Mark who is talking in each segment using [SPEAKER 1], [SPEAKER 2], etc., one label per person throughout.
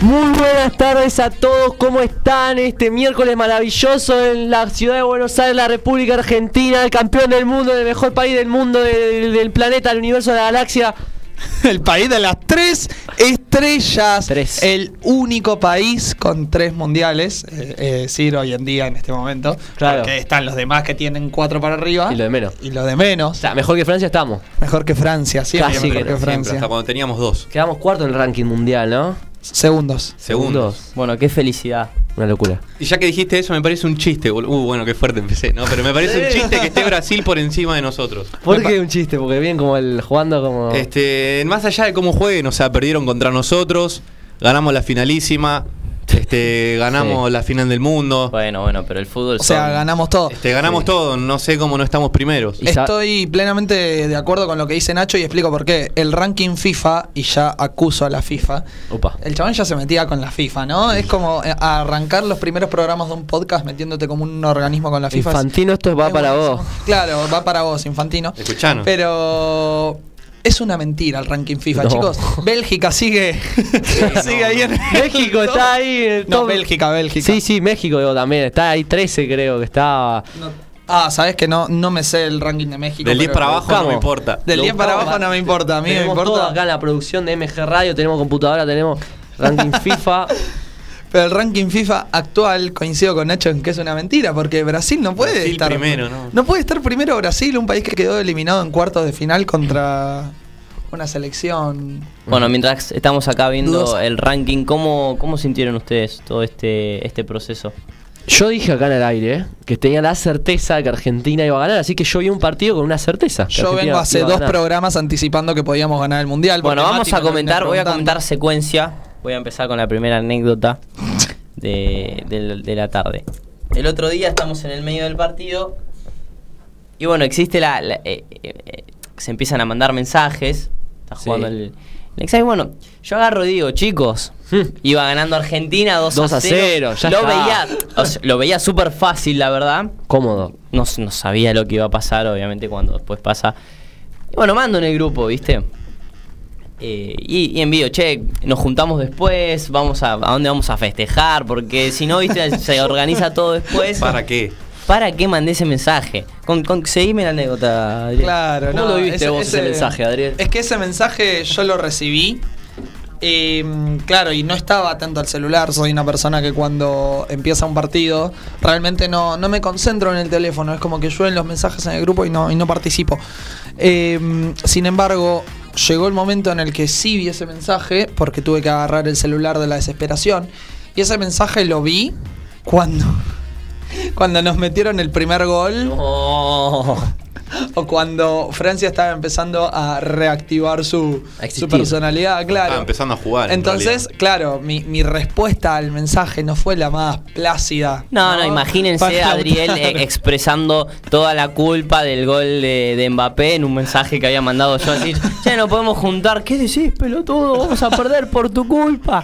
[SPEAKER 1] Muy buenas tardes a todos, ¿cómo están? Este miércoles maravilloso en la ciudad de Buenos Aires, la República Argentina, el campeón del mundo, el mejor país del mundo, del, del planeta, del universo, de la galaxia.
[SPEAKER 2] El país de las tres estrellas.
[SPEAKER 1] Tres.
[SPEAKER 2] El único país con tres mundiales. eh, eh, decir hoy en día, en este momento.
[SPEAKER 1] Claro.
[SPEAKER 2] Porque están los demás que tienen cuatro para arriba.
[SPEAKER 1] Y lo de menos.
[SPEAKER 2] Y los de menos.
[SPEAKER 1] O sea, mejor que Francia estamos.
[SPEAKER 2] Mejor que Francia, siempre
[SPEAKER 1] Casi
[SPEAKER 2] mejor
[SPEAKER 1] que
[SPEAKER 2] que,
[SPEAKER 1] no,
[SPEAKER 3] Siempre,
[SPEAKER 2] Francia.
[SPEAKER 3] hasta cuando teníamos dos.
[SPEAKER 1] Quedamos cuarto en el ranking mundial, ¿no?
[SPEAKER 2] Segundos.
[SPEAKER 3] Segundos.
[SPEAKER 4] Bueno, qué felicidad.
[SPEAKER 1] Una locura.
[SPEAKER 3] Y ya que dijiste eso, me parece un chiste, boludo. Uh, bueno, qué fuerte empecé, ¿no? Pero me parece un chiste que esté Brasil por encima de nosotros.
[SPEAKER 1] ¿Por qué un chiste? Porque vienen como el jugando como.
[SPEAKER 3] Este, más allá de cómo jueguen, o sea, perdieron contra nosotros, ganamos la finalísima, este, ganamos la final del mundo,
[SPEAKER 4] Bueno, bueno, pero el fútbol.
[SPEAKER 2] O sea,
[SPEAKER 4] son-
[SPEAKER 2] ganamos todo.
[SPEAKER 3] este, ganamos todo, no sé cómo no estamos primeros.
[SPEAKER 1] Y sa-
[SPEAKER 2] Estoy plenamente de acuerdo con lo que dice Nacho y explico por qué. El ranking FIFA, y ya acuso a la FIFA,
[SPEAKER 1] Opa.
[SPEAKER 2] El chabón ya se metía con la FIFA, ¿no? Es como eh, arrancar los primeros programas de un podcast metiéndote como un organismo con la FIFA.
[SPEAKER 1] Infantino, esto va
[SPEAKER 2] Es
[SPEAKER 1] para
[SPEAKER 2] buenísimo.
[SPEAKER 1] vos.
[SPEAKER 2] Claro, va para vos, Infantino.
[SPEAKER 3] Escuchanos.
[SPEAKER 2] Pero es una mentira el ranking FIFA,
[SPEAKER 1] No.
[SPEAKER 2] chicos. Bélgica sigue, sigue
[SPEAKER 3] no.
[SPEAKER 2] ahí en
[SPEAKER 1] México está ahí. eh, en el
[SPEAKER 2] No,
[SPEAKER 1] top.
[SPEAKER 2] Bélgica, Bélgica.
[SPEAKER 1] Sí, sí, México digo, también. Está ahí 13, creo que estaba.
[SPEAKER 2] No- ah, sabes que no, no me sé el ranking de México.
[SPEAKER 3] Del 10
[SPEAKER 2] pero-
[SPEAKER 3] para abajo no me
[SPEAKER 1] buscamos.
[SPEAKER 3] importa.
[SPEAKER 2] Del
[SPEAKER 1] Lo
[SPEAKER 2] 10 para
[SPEAKER 1] buscamos,
[SPEAKER 2] abajo no me importa, a mí me
[SPEAKER 1] tenemos todo acá
[SPEAKER 2] importa.
[SPEAKER 1] en la producción de MG Radio, tenemos computadora, tenemos ranking FIFA.
[SPEAKER 2] Pero el ranking FIFA actual, coincido con Nacho en que es una mentira, porque Brasil no puede
[SPEAKER 3] Brasil
[SPEAKER 2] estar
[SPEAKER 3] primero, ¿no?
[SPEAKER 2] puede estar primero Brasil, un país que quedó eliminado en cuartos de final contra una selección.
[SPEAKER 4] Bueno, mientras estamos acá viendo
[SPEAKER 2] Dudosa.
[SPEAKER 4] el ranking, ¿cómo, ¿cómo sintieron ustedes todo este, este proceso?
[SPEAKER 1] Yo dije acá en el aire eh, que tenía la certeza de que Argentina iba a ganar, así que yo vi un partido con una certeza. que
[SPEAKER 2] Yo
[SPEAKER 1] Argentina
[SPEAKER 2] vengo hace
[SPEAKER 1] iba a
[SPEAKER 2] dos
[SPEAKER 1] ganar.
[SPEAKER 2] programas anticipando que podíamos ganar el mundial.
[SPEAKER 4] Bueno,
[SPEAKER 2] porque
[SPEAKER 4] vamos
[SPEAKER 2] Mati
[SPEAKER 4] a
[SPEAKER 2] me lo
[SPEAKER 4] comentar,
[SPEAKER 2] venía
[SPEAKER 4] voy a
[SPEAKER 2] preguntando.
[SPEAKER 4] comentar secuencia. Voy a empezar con la primera anécdota de, del- de la tarde. El otro día estamos en el medio del partido y bueno, existe la... la- eh, eh, eh, se empiezan a mandar mensajes. Está
[SPEAKER 1] Sí.
[SPEAKER 4] jugando el, el examen. Bueno, yo agarro y digo, chicos,
[SPEAKER 1] Hmm.
[SPEAKER 4] iba ganando Argentina 2,
[SPEAKER 1] Dos a
[SPEAKER 4] a 0.
[SPEAKER 1] cero, ya
[SPEAKER 4] lo,
[SPEAKER 1] está.
[SPEAKER 4] Veía, o sea, lo veía súper fácil, la verdad
[SPEAKER 1] Cómodo.
[SPEAKER 4] no, s- no sabía lo que iba a pasar, obviamente, cuando después pasa. Y bueno, mando en el grupo, ¿viste? Eh, y, y envío, che, nos juntamos después, vamos a, a dónde vamos a festejar, porque si no, ¿viste? se organiza todo después.
[SPEAKER 3] ¿Para qué?
[SPEAKER 4] ¿Para qué mandé ese mensaje? Con, con, seguime la anécdota, Adrián.
[SPEAKER 2] Claro,
[SPEAKER 1] ¿Cómo
[SPEAKER 2] no,
[SPEAKER 1] lo viste vos ese mensaje, Adriel?
[SPEAKER 2] Es que ese mensaje yo lo recibí. eh, claro, y no estaba atento al celular. Soy una persona que cuando empieza un partido realmente no, no me concentro en el teléfono. Es como que llueven los mensajes en el grupo y no, y no participo. Eh, sin embargo, llegó el momento en el que sí vi ese mensaje porque tuve que agarrar el celular de la desesperación. Y ese mensaje lo vi cuando, cuando nos metieron el primer gol.
[SPEAKER 4] No.
[SPEAKER 2] O cuando Francia estaba empezando a reactivar su,
[SPEAKER 1] A
[SPEAKER 2] su
[SPEAKER 1] existir.
[SPEAKER 2] personalidad, claro.
[SPEAKER 3] Ah, empezando a jugar, en
[SPEAKER 2] Entonces,
[SPEAKER 3] realidad.
[SPEAKER 2] claro, mi, mi respuesta al mensaje no fue la más plácida.
[SPEAKER 4] No, no, imagínense
[SPEAKER 2] Para
[SPEAKER 4] a Adriel
[SPEAKER 2] hablar.
[SPEAKER 4] eh, expresando toda la culpa del gol de, de Mbappé en un mensaje que había mandado yo así. Ya no podemos juntar. ¿Qué decís, pelotudo? Vamos a perder por tu culpa.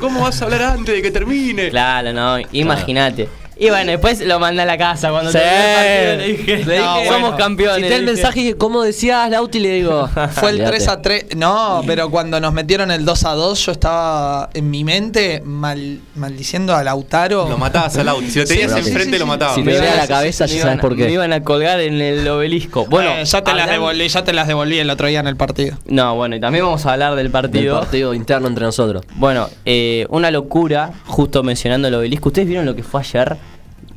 [SPEAKER 3] ¿Cómo vas a hablar antes de que termine?
[SPEAKER 4] Claro, no, imagínate. Y bueno, después lo mandé a la casa cuando
[SPEAKER 1] Sí.
[SPEAKER 4] terminó el partido. Le dije,
[SPEAKER 1] Le
[SPEAKER 4] "No,
[SPEAKER 1] dije,
[SPEAKER 4] somos campeones.
[SPEAKER 1] Cité el
[SPEAKER 4] le dije.
[SPEAKER 1] mensaje y dije, ¿cómo decías, Lauti? Le digo.
[SPEAKER 2] Fue el
[SPEAKER 1] Olvídate.
[SPEAKER 2] 3 a 3. No, pero cuando nos metieron el 2 a 2, yo estaba en mi mente mal, maldiciendo a Lautaro.
[SPEAKER 3] Lo matabas al auto. Si lo tenías
[SPEAKER 1] sí, sí,
[SPEAKER 3] enfrente,
[SPEAKER 2] sí,
[SPEAKER 3] lo
[SPEAKER 2] sí.
[SPEAKER 3] matabas.
[SPEAKER 1] Si
[SPEAKER 4] Me
[SPEAKER 1] te
[SPEAKER 4] iban
[SPEAKER 1] duele
[SPEAKER 4] a-
[SPEAKER 1] la cabeza,
[SPEAKER 4] me
[SPEAKER 1] ya
[SPEAKER 4] iban
[SPEAKER 1] sabes
[SPEAKER 4] a-
[SPEAKER 1] por qué.
[SPEAKER 4] Me iban a colgar en el obelisco. Bueno,
[SPEAKER 2] Eh, ya te las
[SPEAKER 4] hablando-
[SPEAKER 2] devolví, ya te las devolví el otro día en el partido.
[SPEAKER 4] No, bueno, y también vamos a hablar del
[SPEAKER 1] Del
[SPEAKER 4] partido.
[SPEAKER 1] partido interno entre nosotros.
[SPEAKER 4] Bueno, eh, una locura, justo mencionando el obelisco. ¿Ustedes vieron lo que fue ayer?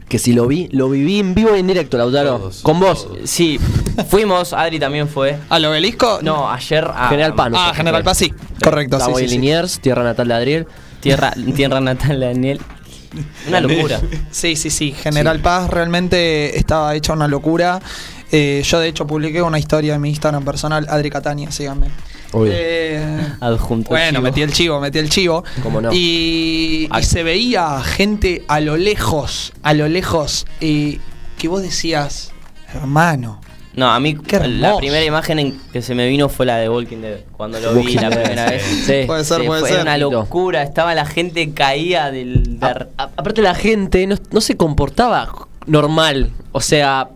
[SPEAKER 1] Que si lo vi, lo viví en vivo y en directo, Lautaro.
[SPEAKER 3] Todos,
[SPEAKER 1] con vos.
[SPEAKER 4] Sí, fuimos, Adri también fue.
[SPEAKER 2] ¿Al obelisco?
[SPEAKER 4] No, ayer a
[SPEAKER 1] General Paz.
[SPEAKER 2] Ah, General Paz, sí. Correcto, sí,
[SPEAKER 1] Estamos
[SPEAKER 2] sí,
[SPEAKER 1] en
[SPEAKER 2] sí.
[SPEAKER 1] Liniers, tierra natal de Adriel.
[SPEAKER 4] Tierra, tierra natal de Daniel. Una locura.
[SPEAKER 2] Sí, sí, sí. General Paz realmente estaba hecha una locura. Eh, yo, de hecho, publiqué una historia en mi Instagram personal, Adri Catania, síganme.
[SPEAKER 1] Obvio.
[SPEAKER 2] Eh,
[SPEAKER 4] Adjunto.
[SPEAKER 2] bueno,
[SPEAKER 4] chivo.
[SPEAKER 2] metí el chivo, metí el chivo.
[SPEAKER 1] Cómo no.
[SPEAKER 2] Y, y se veía gente a lo lejos, a lo lejos, eh, que vos decías, hermano.
[SPEAKER 4] No, a mí
[SPEAKER 2] Qué
[SPEAKER 4] la
[SPEAKER 2] hermoso.
[SPEAKER 4] primera imagen en que se me vino fue la de Walking Dead. Cuando lo vi
[SPEAKER 1] Walking
[SPEAKER 4] la
[SPEAKER 1] Dead,
[SPEAKER 4] primera
[SPEAKER 1] sí.
[SPEAKER 4] vez.
[SPEAKER 1] Sí.
[SPEAKER 2] Puede ser,
[SPEAKER 4] Sí,
[SPEAKER 2] puede
[SPEAKER 4] fue
[SPEAKER 2] ser.
[SPEAKER 4] una locura. Estaba la gente caída del.
[SPEAKER 2] Ah.
[SPEAKER 1] A- a- aparte la gente no, no se comportaba normal. O sea,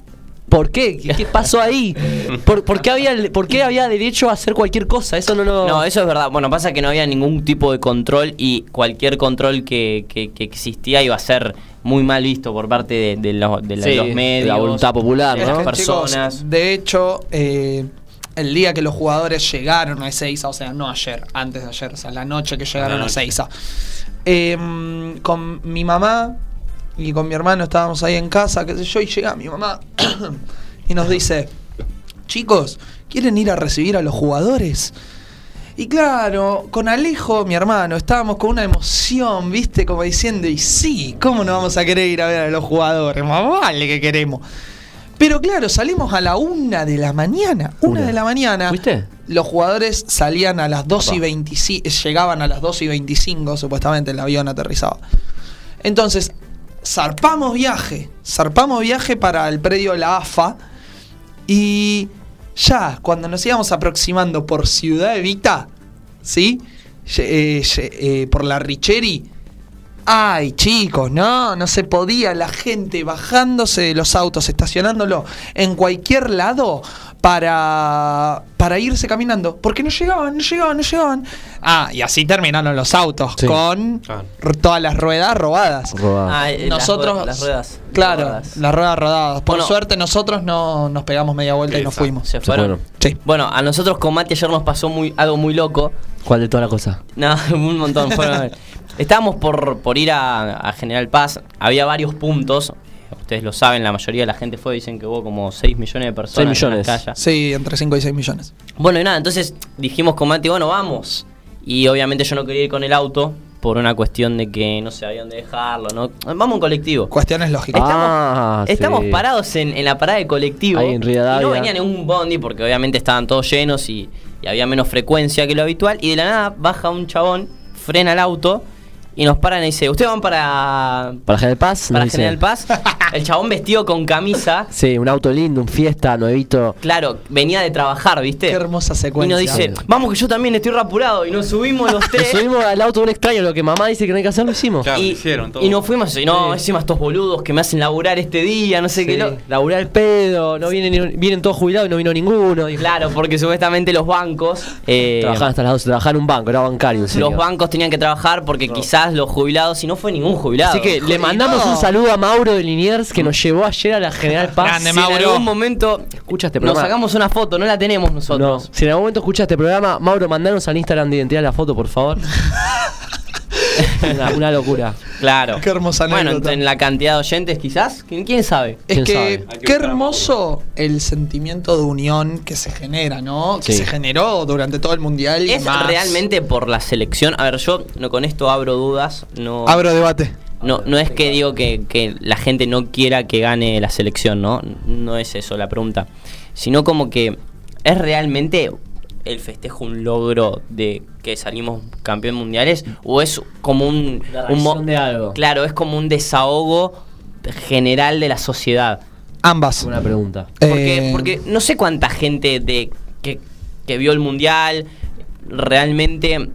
[SPEAKER 1] ¿Por qué? ¿Qué qué pasó ahí? ¿Por, por qué había, el- ¿Por qué había derecho a hacer cualquier cosa? Eso no lo.
[SPEAKER 4] No, eso es verdad. Bueno, pasa que no había ningún tipo de control y cualquier control que, que- que existía iba a ser muy mal visto por parte de, de los, de la-
[SPEAKER 1] Sí,
[SPEAKER 4] los medios.
[SPEAKER 1] la voluntad popular,
[SPEAKER 4] de
[SPEAKER 1] ¿no?
[SPEAKER 2] Es
[SPEAKER 4] las
[SPEAKER 2] que, chicos,
[SPEAKER 4] personas.
[SPEAKER 2] de hecho, eh, el día que los jugadores llegaron a Ezeiza, o sea, no ayer, antes de ayer, o sea, la noche que llegaron
[SPEAKER 3] La
[SPEAKER 2] a
[SPEAKER 3] noche.
[SPEAKER 2] Ezeiza, eh, con mi mamá y con mi hermano estábamos ahí en casa, qué sé yo, y llega mi mamá y nos dice, chicos, ¿quieren ir a recibir a los jugadores? Y claro, con Alejo, mi hermano, estábamos con una emoción, ¿viste? Como diciendo, y sí, ¿cómo no vamos a querer ir a ver a los jugadores? Más vale que queremos. Pero claro, salimos a la una de la mañana. Una
[SPEAKER 1] Una.
[SPEAKER 2] de la mañana.
[SPEAKER 1] ¿Fuiste?
[SPEAKER 2] Los jugadores salían a las 2 y 25, llegaban a las 2 y 25, supuestamente el avión aterrizaba. Entonces, zarpamos viaje, zarpamos viaje para el predio de la AFA y ya, cuando nos íbamos aproximando por Ciudad Evita, ¿sí? Ye- eh, ye- eh, por la Richeri, Ay, chicos, no, no se podía. La gente bajándose de los autos, estacionándolo en cualquier lado para, para irse caminando. Porque no llegaban, no llegaban, no llegaban. Ah, y así terminaron los autos,
[SPEAKER 1] Sí.
[SPEAKER 2] con
[SPEAKER 3] Ah.
[SPEAKER 2] r- todas las ruedas robadas.
[SPEAKER 1] Robado.
[SPEAKER 4] Ah, eh, las
[SPEAKER 2] Nosotros.
[SPEAKER 4] ruedas- las ruedas.
[SPEAKER 2] Claro,
[SPEAKER 4] Las ruedas.
[SPEAKER 2] las ruedas rodadas. Por
[SPEAKER 4] Bueno.
[SPEAKER 2] suerte, nosotros no nos pegamos media vuelta y nos
[SPEAKER 3] Exacto.
[SPEAKER 2] fuimos.
[SPEAKER 4] Se fueron.
[SPEAKER 1] fueron.
[SPEAKER 2] Sí.
[SPEAKER 4] Bueno, a nosotros con Mati ayer nos pasó muy, algo muy loco.
[SPEAKER 1] ¿Cuál de toda la cosa?
[SPEAKER 4] No, un montón. fueron- estábamos por, por ir a, a General Paz. Había varios puntos. Ustedes lo saben, la mayoría de la gente fue. Dicen que hubo como 6 millones de personas.
[SPEAKER 1] Seis millones.
[SPEAKER 4] En las calles.
[SPEAKER 2] Sí, entre 5 y 6 millones.
[SPEAKER 4] Bueno, y nada, entonces dijimos con Mati, bueno, vamos. Y obviamente yo no quería ir con el auto por una cuestión de que no sabía dónde dejarlo, ¿no? Vamos en colectivo.
[SPEAKER 2] Cuestiones lógicas.
[SPEAKER 4] Estamos,
[SPEAKER 1] Ah,
[SPEAKER 4] estamos
[SPEAKER 1] sí.
[SPEAKER 4] parados en, en la parada de colectivo.
[SPEAKER 1] Ahí en
[SPEAKER 4] y
[SPEAKER 1] Rivadavia.
[SPEAKER 4] no venía ningún bondi porque obviamente estaban todos llenos y, y había menos frecuencia que lo habitual. Y de la nada baja un chabón, frena el auto y nos paran y dice, ¿ustedes van para,
[SPEAKER 1] ¿Para General Paz?
[SPEAKER 4] para
[SPEAKER 1] Nos dice.
[SPEAKER 4] General Paz? El chabón vestido con camisa.
[SPEAKER 1] Sí, un auto lindo, un fiesta, nuevito.
[SPEAKER 4] Claro, venía de trabajar, ¿viste?
[SPEAKER 2] Qué hermosa
[SPEAKER 4] Y
[SPEAKER 2] secuencia.
[SPEAKER 4] nos dice, vamos que yo también estoy rapurado. Y nos subimos los
[SPEAKER 1] Nos
[SPEAKER 4] tres.
[SPEAKER 1] subimos al auto de un extraño, lo que mamá dice que no hay que hacer, lo hicimos.
[SPEAKER 3] Claro,
[SPEAKER 4] y,
[SPEAKER 3] hicieron todo.
[SPEAKER 4] y nos fuimos y no, encima estos boludos que me hacen laburar este día, no sé qué.
[SPEAKER 1] Sí,
[SPEAKER 4] lo-
[SPEAKER 1] Laburar el pedo, no vienen, ni- vienen todos jubilados y no vino ninguno. dijo.
[SPEAKER 4] Claro, porque supuestamente los bancos. eh,
[SPEAKER 1] Trabajaban hasta las 12, trabajaban en un banco, era bancario. el
[SPEAKER 4] los
[SPEAKER 1] señor.
[SPEAKER 4] bancos tenían que trabajar porque quizás los jubilados, y no fue ningún jubilado.
[SPEAKER 1] Así que le
[SPEAKER 2] Jodido.
[SPEAKER 1] mandamos un saludo a Mauro de Liniers que nos llevó ayer a la General Paz.
[SPEAKER 2] Grande,
[SPEAKER 4] si
[SPEAKER 2] Mauro.
[SPEAKER 4] en algún momento
[SPEAKER 1] Escucha este
[SPEAKER 4] nos
[SPEAKER 1] programa.
[SPEAKER 4] sacamos una foto, no la tenemos
[SPEAKER 1] No,
[SPEAKER 4] nosotros.
[SPEAKER 1] si en algún momento escuchaste este programa, Mauro, mandanos al Instagram de identidad la foto, por favor. una, una locura.
[SPEAKER 4] Claro.
[SPEAKER 2] Qué hermosa
[SPEAKER 4] Bueno,
[SPEAKER 2] anécdota.
[SPEAKER 4] en la cantidad de oyentes quizás, ¿quién, quién sabe?
[SPEAKER 2] Es
[SPEAKER 1] ¿Quién
[SPEAKER 2] que
[SPEAKER 1] sabe?
[SPEAKER 3] Hay que
[SPEAKER 2] qué
[SPEAKER 3] buscar a
[SPEAKER 2] hermoso el sentimiento de unión que se genera, ¿no? Que
[SPEAKER 1] Sí.
[SPEAKER 2] se generó durante todo el mundial. y
[SPEAKER 4] Es
[SPEAKER 2] más.
[SPEAKER 4] realmente por la selección. A ver, yo no con esto abro dudas. No,
[SPEAKER 2] Abro debate.
[SPEAKER 4] no, no es que digo que, que la gente no quiera que gane la selección, ¿no? No es eso la pregunta. Sino como que es realmente el festejo un logro de que salimos campeón mundiales o es como un,
[SPEAKER 1] La
[SPEAKER 4] un mo-
[SPEAKER 1] reacción de algo.
[SPEAKER 4] claro es como un desahogo general de la sociedad
[SPEAKER 2] Ambas.
[SPEAKER 1] Una pregunta.
[SPEAKER 4] porque,
[SPEAKER 2] Eh,
[SPEAKER 4] porque no sé cuánta gente de que, que vio el mundial realmente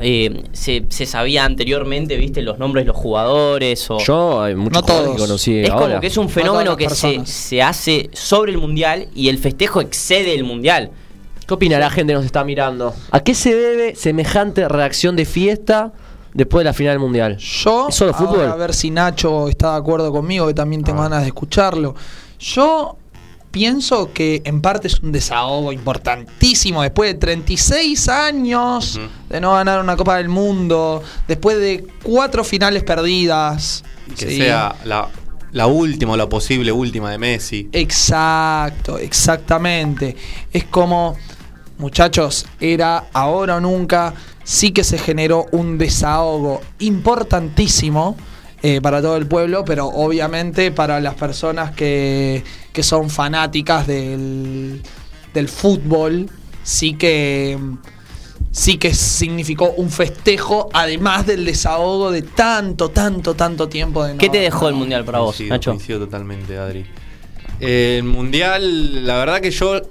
[SPEAKER 4] eh, se, se sabía anteriormente, viste, los nombres de los jugadores o.
[SPEAKER 1] Yo, hay muchos
[SPEAKER 2] No
[SPEAKER 1] jugadores
[SPEAKER 2] todos.
[SPEAKER 1] que conocí
[SPEAKER 4] es
[SPEAKER 1] ahora.
[SPEAKER 4] como que es un
[SPEAKER 2] No todas
[SPEAKER 4] fenómeno
[SPEAKER 2] las
[SPEAKER 4] que se,
[SPEAKER 2] personas.
[SPEAKER 4] se hace sobre el mundial y el festejo excede el mundial.
[SPEAKER 1] ¿Qué opina la gente que nos está mirando? ¿A qué se debe semejante reacción de fiesta después de la final del mundial?
[SPEAKER 2] Yo,
[SPEAKER 1] ¿Es solo
[SPEAKER 2] ahora
[SPEAKER 1] fútbol?
[SPEAKER 2] a ver si Nacho está de acuerdo conmigo, que también tengo
[SPEAKER 1] Ah.
[SPEAKER 2] ganas de escucharlo. Yo pienso que en parte es un desahogo importantísimo. Después de 36 años
[SPEAKER 3] Ujú.
[SPEAKER 2] de no ganar una Copa del Mundo, después de cuatro finales perdidas.
[SPEAKER 3] Que
[SPEAKER 2] sí.
[SPEAKER 3] sea la, la última o la posible última de Messi.
[SPEAKER 2] Exacto, exactamente. Es como, muchachos, era ahora o nunca, sí que se generó un desahogo importantísimo eh, para todo el pueblo, pero obviamente para las personas que, que son fanáticas del, del fútbol, sí que... Sí que significó un festejo, además del desahogo de tanto, tanto, tanto tiempo de no
[SPEAKER 4] ¿Qué te dejó el mundial para vos,
[SPEAKER 3] Coincido,
[SPEAKER 4] Nacho?
[SPEAKER 3] coincido totalmente, Adri. Eh, el mundial, la verdad que yo,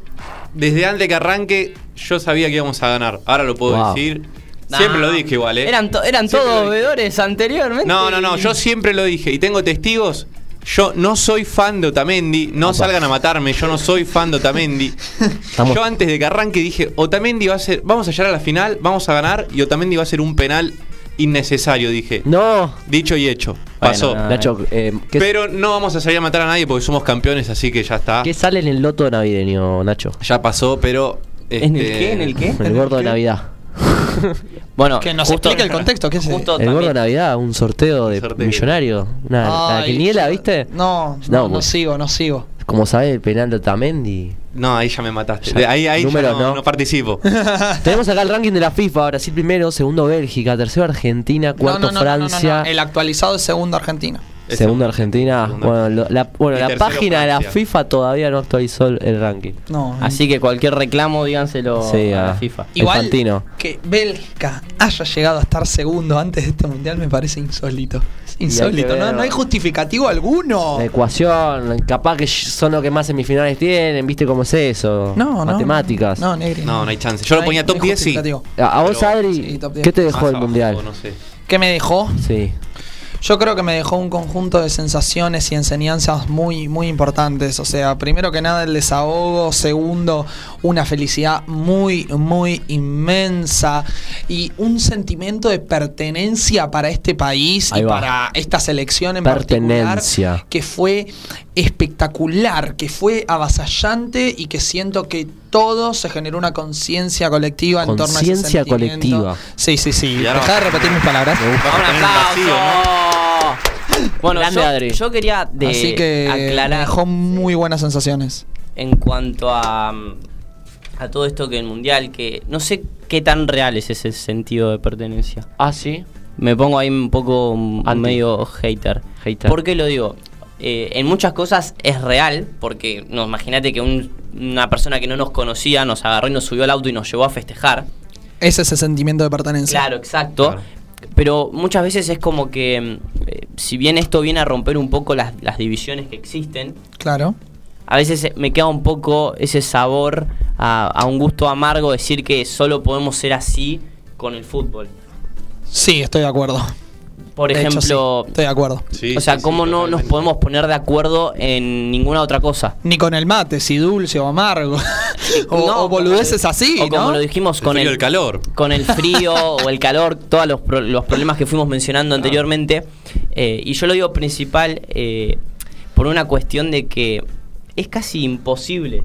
[SPEAKER 3] desde antes que arranque, yo sabía que íbamos a ganar. Ahora lo puedo
[SPEAKER 1] Wow.
[SPEAKER 3] decir. Siempre
[SPEAKER 4] Nah.
[SPEAKER 3] lo dije igual, ¿eh?
[SPEAKER 4] Eran, to- eran
[SPEAKER 3] Siempre
[SPEAKER 4] todos
[SPEAKER 3] lo dije.
[SPEAKER 4] veedores anteriormente.
[SPEAKER 3] No, no, no, yo siempre lo dije y tengo testigos Yo no soy fan de Otamendi, no salgan a matarme, yo no soy fan de Otamendi.
[SPEAKER 4] Estamos-
[SPEAKER 3] Yo antes de que arranque dije, Otamendi va a ser, vamos a llegar a la final, vamos a ganar y Otamendi va a ser un penal innecesario, dije.
[SPEAKER 1] No.
[SPEAKER 3] Dicho y hecho, pasó.
[SPEAKER 4] no,
[SPEAKER 1] Nacho, eh, ¿qué,
[SPEAKER 3] Pero no vamos a salir a matar a nadie porque somos campeones, así que ya está.
[SPEAKER 1] qué sale en el loto navideño, Nacho?
[SPEAKER 3] Ya pasó, pero.
[SPEAKER 4] ¿En el
[SPEAKER 3] este,
[SPEAKER 4] qué? ¿En el qué?
[SPEAKER 1] El gordo de Navidad.
[SPEAKER 4] Bueno,
[SPEAKER 2] Que nos explique el contexto, ¿qué es
[SPEAKER 4] justo
[SPEAKER 1] El gordo de
[SPEAKER 4] también-
[SPEAKER 1] Navidad, un sorteo de
[SPEAKER 3] sorteo.
[SPEAKER 1] millonario. Una, la
[SPEAKER 2] Ay,
[SPEAKER 1] quiniela,
[SPEAKER 2] yo-
[SPEAKER 1] ¿viste?
[SPEAKER 2] No,
[SPEAKER 1] No,
[SPEAKER 2] no, no
[SPEAKER 1] pues.
[SPEAKER 2] sigo, no sigo.
[SPEAKER 1] Como sabes, el penal de Otamendi.
[SPEAKER 3] No, ahí ya me mataste.
[SPEAKER 1] Ya.
[SPEAKER 3] De Ahí, ahí ya
[SPEAKER 1] Número,
[SPEAKER 3] no,
[SPEAKER 1] ¿no?
[SPEAKER 3] no participo.
[SPEAKER 1] Tenemos acá el ranking de la FIFA: Brasil primero, segundo Bélgica, tercero Argentina, cuarto
[SPEAKER 2] No, no, no, no, no, no,
[SPEAKER 1] Francia.
[SPEAKER 2] El actualizado es segundo Argentina.
[SPEAKER 1] Segundo Argentina.
[SPEAKER 3] Segundo.
[SPEAKER 1] Bueno, lo- la, bueno,
[SPEAKER 3] Y
[SPEAKER 1] la
[SPEAKER 3] tercero
[SPEAKER 1] página de la
[SPEAKER 3] Francia.
[SPEAKER 1] FIFA todavía no actualizó el, el ranking.
[SPEAKER 2] No.
[SPEAKER 4] Así que cualquier reclamo, díganselo
[SPEAKER 1] Sí,
[SPEAKER 4] a la
[SPEAKER 1] a-
[SPEAKER 4] FIFA.
[SPEAKER 1] Y-
[SPEAKER 2] Igual
[SPEAKER 1] Infantino.
[SPEAKER 2] que Bélgica haya llegado a estar segundo antes de este mundial me parece insólito. Es
[SPEAKER 1] hay que
[SPEAKER 2] Insólito,
[SPEAKER 1] ver,
[SPEAKER 2] no, no hay
[SPEAKER 1] ¿no?
[SPEAKER 2] justificativo alguno.
[SPEAKER 1] La ecuación, capaz que son los que más semifinales tienen, ¿viste cómo es eso?
[SPEAKER 2] No, no.
[SPEAKER 1] Matemáticas.
[SPEAKER 2] No, Negri.
[SPEAKER 3] No, no hay chance. Yo lo
[SPEAKER 2] hay-
[SPEAKER 3] ponía
[SPEAKER 2] no
[SPEAKER 3] top
[SPEAKER 2] hay
[SPEAKER 3] 10 y-
[SPEAKER 2] justificativo.
[SPEAKER 1] A, a vos,
[SPEAKER 3] Pero-
[SPEAKER 1] Adri,
[SPEAKER 2] sí, top 10.
[SPEAKER 1] ¿qué te
[SPEAKER 3] Más
[SPEAKER 1] dejó el
[SPEAKER 3] abajo,
[SPEAKER 1] mundial?
[SPEAKER 3] no sé.
[SPEAKER 2] ¿Qué me dejó?
[SPEAKER 1] Sí.
[SPEAKER 2] Yo creo que me dejó un conjunto de sensaciones y enseñanzas muy, muy importantes. O sea, primero que nada el desahogo, segundo, una felicidad muy, muy inmensa y un sentimiento de pertenencia para este país
[SPEAKER 1] Ahí
[SPEAKER 2] y
[SPEAKER 1] va.
[SPEAKER 2] para esta selección en
[SPEAKER 1] Pertenencia.
[SPEAKER 2] particular que fue espectacular, que fue avasallante y que siento que todo se generó una conciencia colectiva en torno a ese
[SPEAKER 1] Conciencia
[SPEAKER 2] sentimiento.
[SPEAKER 1] colectiva.
[SPEAKER 2] Sí, sí, sí.
[SPEAKER 3] Y ahora-
[SPEAKER 2] Dejá de repetir mis palabras.
[SPEAKER 3] Vamos a
[SPEAKER 4] ¡Un
[SPEAKER 3] tener un vacío, ¿no?
[SPEAKER 4] aplauso! Bueno,
[SPEAKER 1] Grande, Adri.
[SPEAKER 4] yo, yo quería de-
[SPEAKER 2] Así que me
[SPEAKER 4] aclarar
[SPEAKER 2] dejó muy buenas sensaciones.
[SPEAKER 4] en cuanto a, mm, a todo esto que el mundial, que no sé qué tan real es ese sentido de pertenencia.
[SPEAKER 1] Ah, sí.
[SPEAKER 4] Me pongo ahí un poco un- un
[SPEAKER 1] Anti.
[SPEAKER 4] medio hater.
[SPEAKER 1] Hater.
[SPEAKER 4] ¿Por qué lo digo? Eh, en muchas cosas es real, porque no, imagínate que un- una persona que no nos conocía nos agarró y nos subió al auto y nos llevó a festejar.
[SPEAKER 2] Es ese sentimiento de pertenencia.
[SPEAKER 4] Claro, exacto.
[SPEAKER 3] Claro.
[SPEAKER 4] Pero muchas veces es como que, mm, eh, si bien esto viene a romper un poco las, las divisiones que existen,
[SPEAKER 2] Claro.
[SPEAKER 4] a veces eh, me queda un poco ese sabor a, a un gusto amargo decir que solo podemos ser así con el fútbol.
[SPEAKER 2] Sí, estoy de acuerdo.
[SPEAKER 4] Por
[SPEAKER 2] De hecho,
[SPEAKER 4] ejemplo,
[SPEAKER 2] sí, estoy de acuerdo.
[SPEAKER 3] Sí,
[SPEAKER 4] o sea,
[SPEAKER 3] sí, sí,
[SPEAKER 4] cómo no nos
[SPEAKER 3] totalmente.
[SPEAKER 4] podemos poner de acuerdo en ninguna otra cosa.
[SPEAKER 2] Ni con el mate, si dulce o amargo. o,
[SPEAKER 4] No,
[SPEAKER 2] o boludeces
[SPEAKER 4] como-
[SPEAKER 2] así,
[SPEAKER 4] O como
[SPEAKER 2] ¿no?
[SPEAKER 4] lo dijimos
[SPEAKER 3] El
[SPEAKER 4] con
[SPEAKER 3] frío
[SPEAKER 4] el,
[SPEAKER 3] y el calor.
[SPEAKER 4] Con el frío o el calor, todos los, pro- los problemas que fuimos
[SPEAKER 3] Ah.
[SPEAKER 4] mencionando anteriormente. Eh, y yo lo digo principal eh, por una cuestión de que es casi imposible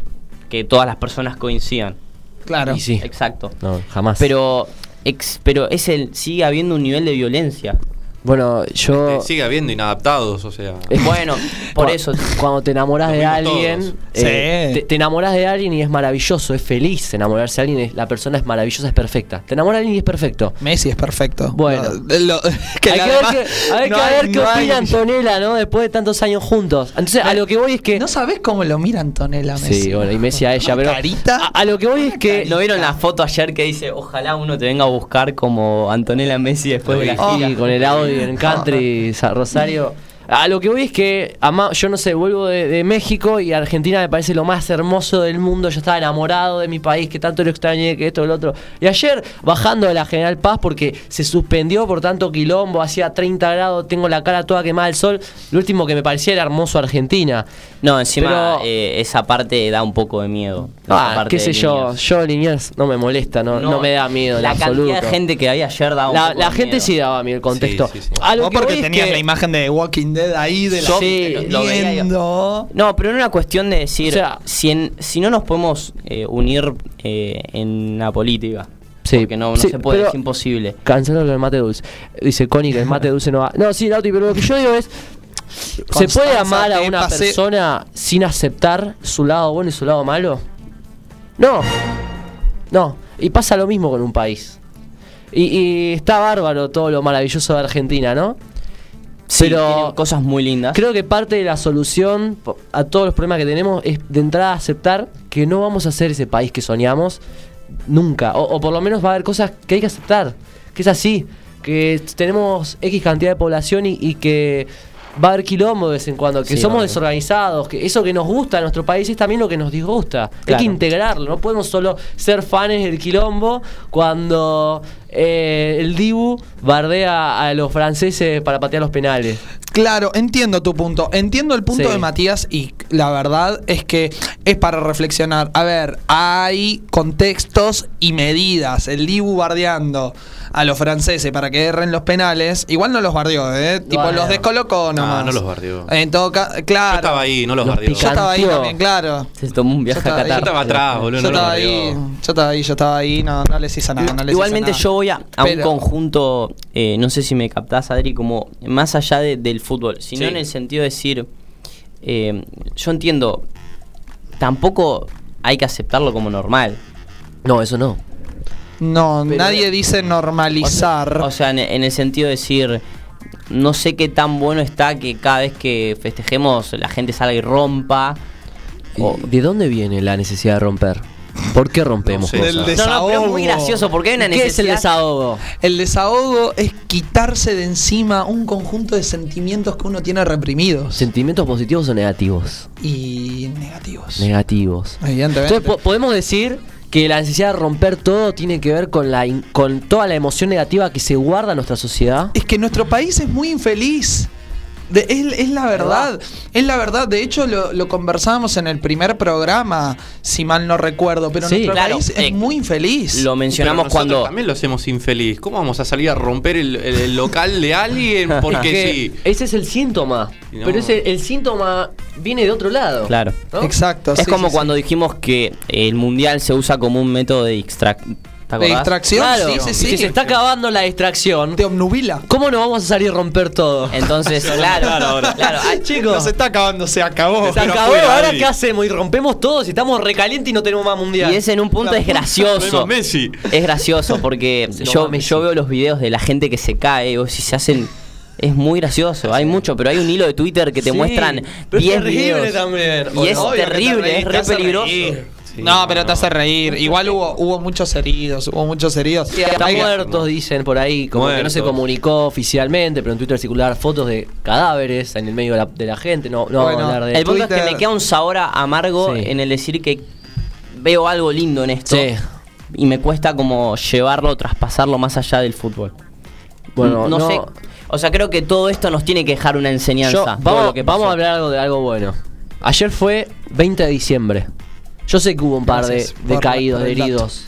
[SPEAKER 4] que todas las personas coincidan.
[SPEAKER 2] Claro.
[SPEAKER 1] Y sí.
[SPEAKER 4] Exacto.
[SPEAKER 1] No, jamás.
[SPEAKER 4] Pero, ex- pero es el, sigue habiendo un nivel de violencia.
[SPEAKER 1] Bueno, yo.
[SPEAKER 2] este,
[SPEAKER 3] Eh, sigue habiendo inadaptados, o sea.
[SPEAKER 4] Bueno, por
[SPEAKER 1] Cu-
[SPEAKER 4] eso.
[SPEAKER 1] Cuando te enamoras
[SPEAKER 3] Lo
[SPEAKER 1] de
[SPEAKER 3] vimos
[SPEAKER 1] alguien,
[SPEAKER 3] todos.
[SPEAKER 1] eh,
[SPEAKER 2] Sí.
[SPEAKER 1] te, te enamoras de alguien y es maravilloso, es feliz enamorarse de alguien, es- la persona es maravillosa, es perfecta. Te enamoras de alguien y es perfecto.
[SPEAKER 2] Messi es perfecto.
[SPEAKER 1] Bueno.
[SPEAKER 2] No, lo- que
[SPEAKER 1] hay
[SPEAKER 2] la
[SPEAKER 1] que ver,
[SPEAKER 2] demás-
[SPEAKER 1] qué- a ver,
[SPEAKER 2] no
[SPEAKER 1] que- a
[SPEAKER 2] hay-
[SPEAKER 1] ver qué
[SPEAKER 2] no hay-
[SPEAKER 1] opina Antonella, ¿no? Después de tantos años juntos. Entonces, a lo que voy es que.
[SPEAKER 2] No sabés cómo lo mira Antonella Messi.
[SPEAKER 1] Sí, bueno, y Messi a ella,
[SPEAKER 2] Una
[SPEAKER 1] pero.
[SPEAKER 2] carita.
[SPEAKER 1] A, a lo que voy es que.
[SPEAKER 4] ¿No vieron la foto ayer que dice, ojalá uno te venga a buscar como Antonella Messi después de la
[SPEAKER 2] Oh.
[SPEAKER 1] Sí, con el audio en country, Sa- Rosario. A lo que voy es que, ama- yo no sé, vuelvo de, de México y Argentina me parece lo más hermoso del mundo. Yo estaba enamorado de mi país, que tanto lo extrañé, que esto, lo otro. Y ayer, bajando de la General Paz, porque se suspendió por tanto quilombo, hacía 30 grados, tengo la cara toda quemada del sol. Lo último que me parecía era hermoso Argentina.
[SPEAKER 4] No, encima
[SPEAKER 1] Pero-
[SPEAKER 4] eh, esa parte da un poco de miedo. esa
[SPEAKER 1] Ah,
[SPEAKER 4] parte
[SPEAKER 1] qué
[SPEAKER 4] de
[SPEAKER 1] sé yo,
[SPEAKER 4] Liniers.
[SPEAKER 1] yo Liniers no me molesta, no, no, me da miedo. en
[SPEAKER 4] La
[SPEAKER 1] absoluto.
[SPEAKER 4] cantidad de gente que había ayer daba un
[SPEAKER 1] La,
[SPEAKER 4] poco
[SPEAKER 1] la
[SPEAKER 4] de
[SPEAKER 1] gente
[SPEAKER 4] miedo.
[SPEAKER 1] sí daba miedo el contexto.
[SPEAKER 3] Sí, sí, sí.
[SPEAKER 1] A lo
[SPEAKER 2] Vos
[SPEAKER 1] que
[SPEAKER 2] porque
[SPEAKER 1] voy es
[SPEAKER 2] tenías
[SPEAKER 1] que-
[SPEAKER 2] la imagen de Walking Dead ahí de la
[SPEAKER 1] Yo-
[SPEAKER 2] gente
[SPEAKER 4] lo veía yo.
[SPEAKER 2] viendo.
[SPEAKER 4] No, pero era una cuestión de decir,
[SPEAKER 1] O sea-
[SPEAKER 4] si, en- si no nos podemos eh, unir eh, en la política,
[SPEAKER 1] Sí,
[SPEAKER 4] porque no, no
[SPEAKER 1] sí,
[SPEAKER 4] se puede,
[SPEAKER 1] pero-
[SPEAKER 4] es imposible.
[SPEAKER 1] Canceló el mate dulce. Dice Connie que el mate dulce no va. No, sí, Lauti, pero lo que yo digo es. ¿Se
[SPEAKER 2] Constanza, eh,
[SPEAKER 1] puede amar a
[SPEAKER 2] te
[SPEAKER 1] una
[SPEAKER 2] pasé-
[SPEAKER 1] persona sin aceptar su lado bueno y su lado malo? No. No. Y pasa lo mismo con un país. Y, y está bárbaro todo lo maravilloso de Argentina, ¿no?
[SPEAKER 4] Sí,
[SPEAKER 1] Pero-
[SPEAKER 4] tienen cosas muy lindas.
[SPEAKER 1] Creo que parte de la solución po- a todos los problemas que tenemos es de entrada aceptar que no vamos a ser ese país que soñamos nunca. O, o por lo menos va a haber cosas que hay que aceptar. Que es así. Que tenemos X cantidad de población y, y que va a haber quilombo de vez en cuando. Que
[SPEAKER 4] Sí,
[SPEAKER 1] somos
[SPEAKER 4] obvio.
[SPEAKER 1] desorganizados. Que eso que nos gusta a nuestro país es también lo que nos disgusta. Hay
[SPEAKER 4] Claro.
[SPEAKER 1] que integrarlo. No podemos solo ser fans del quilombo cuando eh, el Dibu bardea a los franceses para patear los penales.
[SPEAKER 2] Claro, entiendo tu punto. Entiendo el punto
[SPEAKER 1] Sí.
[SPEAKER 2] de Matías y la verdad es que es para reflexionar. A ver, hay contextos y medidas. El Dibu bardeando a los franceses para que erren los penales. Igual no los bardeó, ¿eh? Tipo,
[SPEAKER 4] Bueno.
[SPEAKER 2] los descolocó nomás.
[SPEAKER 3] Ah, no los bardeó.
[SPEAKER 2] En todo caso,
[SPEAKER 3] Yo
[SPEAKER 2] claro.
[SPEAKER 3] estaba ahí, no los,
[SPEAKER 1] Los
[SPEAKER 3] bardeó.
[SPEAKER 2] Yo estaba ahí
[SPEAKER 1] Canteó.
[SPEAKER 2] también, claro.
[SPEAKER 4] Se tomó un viaje
[SPEAKER 2] Yo
[SPEAKER 4] a
[SPEAKER 2] estaba-
[SPEAKER 4] Qatar.
[SPEAKER 2] yo
[SPEAKER 3] estaba atrás, boludo.
[SPEAKER 2] Yo
[SPEAKER 3] no lo
[SPEAKER 2] estaba ahí,
[SPEAKER 3] bardeó.
[SPEAKER 2] yo estaba ahí, yo estaba ahí, no, no les hice nada. no les hice
[SPEAKER 4] Igualmente
[SPEAKER 2] nada.
[SPEAKER 4] yo voy a, a
[SPEAKER 2] Pero-
[SPEAKER 4] un conjunto, eh, no sé si me captás Adri, como más allá de- del fútbol, sino
[SPEAKER 3] Sí.
[SPEAKER 4] en el sentido de decir, eh, yo entiendo, tampoco hay que aceptarlo como normal.
[SPEAKER 1] No, eso no.
[SPEAKER 2] No,
[SPEAKER 1] Pero-
[SPEAKER 2] nadie dice
[SPEAKER 4] O sea-
[SPEAKER 2] normalizar.
[SPEAKER 4] O sea, en, en el sentido de decir, no sé qué tan bueno está que cada vez que festejemos la gente salga y rompa. o-
[SPEAKER 1] ¿De dónde viene la necesidad de romper? ¿Por qué rompemos
[SPEAKER 3] No sé.
[SPEAKER 1] cosas?
[SPEAKER 2] Del
[SPEAKER 3] No,
[SPEAKER 4] no, no, pero es
[SPEAKER 2] desahogo.
[SPEAKER 4] muy gracioso porque hay una
[SPEAKER 1] ¿Qué
[SPEAKER 4] necesidad.
[SPEAKER 1] es el desahogo?
[SPEAKER 2] El desahogo es quitarse de encima un conjunto de sentimientos que uno tiene reprimidos
[SPEAKER 1] ¿Sentimientos positivos o negativos?
[SPEAKER 2] y negativos.
[SPEAKER 1] Negativos.
[SPEAKER 2] Evidentemente.
[SPEAKER 1] Entonces po- podemos decir que la necesidad de romper todo tiene que ver con la in- con toda la emoción negativa que se guarda en nuestra sociedad.
[SPEAKER 2] es que nuestro país es muy infeliz. De- es, es la verdad, es la verdad. De hecho, lo, lo conversábamos en el primer programa, si mal no recuerdo, pero
[SPEAKER 1] Sí,
[SPEAKER 2] nuestro
[SPEAKER 4] claro,
[SPEAKER 2] país es
[SPEAKER 4] eh,
[SPEAKER 2] muy infeliz.
[SPEAKER 4] Lo mencionamos
[SPEAKER 3] Pero nosotros
[SPEAKER 4] cuando...
[SPEAKER 3] También lo hacemos infeliz. ¿Cómo vamos a salir a romper el, el- el local de alguien? Porque
[SPEAKER 1] Que
[SPEAKER 3] sí.
[SPEAKER 1] Ese es el síntoma.
[SPEAKER 3] No.
[SPEAKER 1] Pero ese, el síntoma viene de otro lado.
[SPEAKER 4] Claro.
[SPEAKER 1] ¿no?
[SPEAKER 2] Exacto.
[SPEAKER 4] Es
[SPEAKER 2] sí,
[SPEAKER 4] como
[SPEAKER 2] sí, sí.
[SPEAKER 4] cuando dijimos que el mundial se usa como un método de distracción.
[SPEAKER 2] De distracción,
[SPEAKER 1] Claro,
[SPEAKER 2] sí, sí,
[SPEAKER 1] si se
[SPEAKER 2] sí.
[SPEAKER 1] está acabando la distracción,
[SPEAKER 2] Te obnubila.
[SPEAKER 1] ¿cómo no vamos a salir a romper todo?
[SPEAKER 4] Entonces, claro, claro, Ah, ay,
[SPEAKER 1] Chicos,
[SPEAKER 2] No se
[SPEAKER 1] se
[SPEAKER 2] está acabando, se acabó.
[SPEAKER 3] Oh, Pero
[SPEAKER 1] acabó,
[SPEAKER 3] afuera,
[SPEAKER 1] ahora
[SPEAKER 3] Adri.
[SPEAKER 1] ¿qué hacemos? Y rompemos todo, si estamos recalientes y no tenemos más mundial.
[SPEAKER 4] Y es en un punto es gracioso.
[SPEAKER 3] Vemos Messi.
[SPEAKER 4] Es gracioso porque
[SPEAKER 1] Se lo va
[SPEAKER 4] yo,
[SPEAKER 1] Messi.
[SPEAKER 4] yo veo los videos de la gente que se cae o si se hacen. Es muy gracioso, hay mucho, pero hay un hilo de Twitter que te
[SPEAKER 1] Sí,
[SPEAKER 4] muestran
[SPEAKER 1] pero es
[SPEAKER 4] 10
[SPEAKER 1] terrible
[SPEAKER 4] videos.
[SPEAKER 1] también, ¿o
[SPEAKER 4] Y es
[SPEAKER 1] no? Obvio que te
[SPEAKER 4] terrible,
[SPEAKER 2] reís,
[SPEAKER 4] es
[SPEAKER 2] te
[SPEAKER 4] re
[SPEAKER 2] hace
[SPEAKER 4] peligroso.
[SPEAKER 2] reír.
[SPEAKER 3] Sí,
[SPEAKER 2] no, pero
[SPEAKER 3] no,
[SPEAKER 2] te hace
[SPEAKER 3] no.
[SPEAKER 2] reír. Igual hubo, hubo muchos heridos, hubo muchos heridos.
[SPEAKER 1] Sí, hasta
[SPEAKER 2] Hay que-
[SPEAKER 1] muertos, dicen por ahí, como que no se
[SPEAKER 3] Muertos.
[SPEAKER 1] comunicó oficialmente, pero en Twitter circular fotos de cadáveres en el medio de la, de la gente. No, no
[SPEAKER 2] Bueno,
[SPEAKER 1] vamos a hablar de
[SPEAKER 4] El punto es que
[SPEAKER 2] Twitter.
[SPEAKER 4] me queda un sabor a- amargo
[SPEAKER 1] Sí.
[SPEAKER 4] en el decir que veo algo lindo en esto.
[SPEAKER 1] Sí.
[SPEAKER 4] Y me cuesta como llevarlo, traspasarlo más allá del fútbol.
[SPEAKER 1] Bueno,
[SPEAKER 4] Eh, no,
[SPEAKER 1] no-
[SPEAKER 4] sé. O sea, creo que todo esto nos tiene que dejar una enseñanza.
[SPEAKER 1] Yo-
[SPEAKER 4] todo
[SPEAKER 1] vamos,
[SPEAKER 4] lo que pasó.
[SPEAKER 1] vamos a hablar algo de algo bueno. Ayer fue 20 de diciembre. Yo sé que hubo un par de,
[SPEAKER 2] Gracias
[SPEAKER 1] de
[SPEAKER 2] por-
[SPEAKER 1] caídos,
[SPEAKER 2] por
[SPEAKER 1] de
[SPEAKER 2] el dato.
[SPEAKER 1] heridos.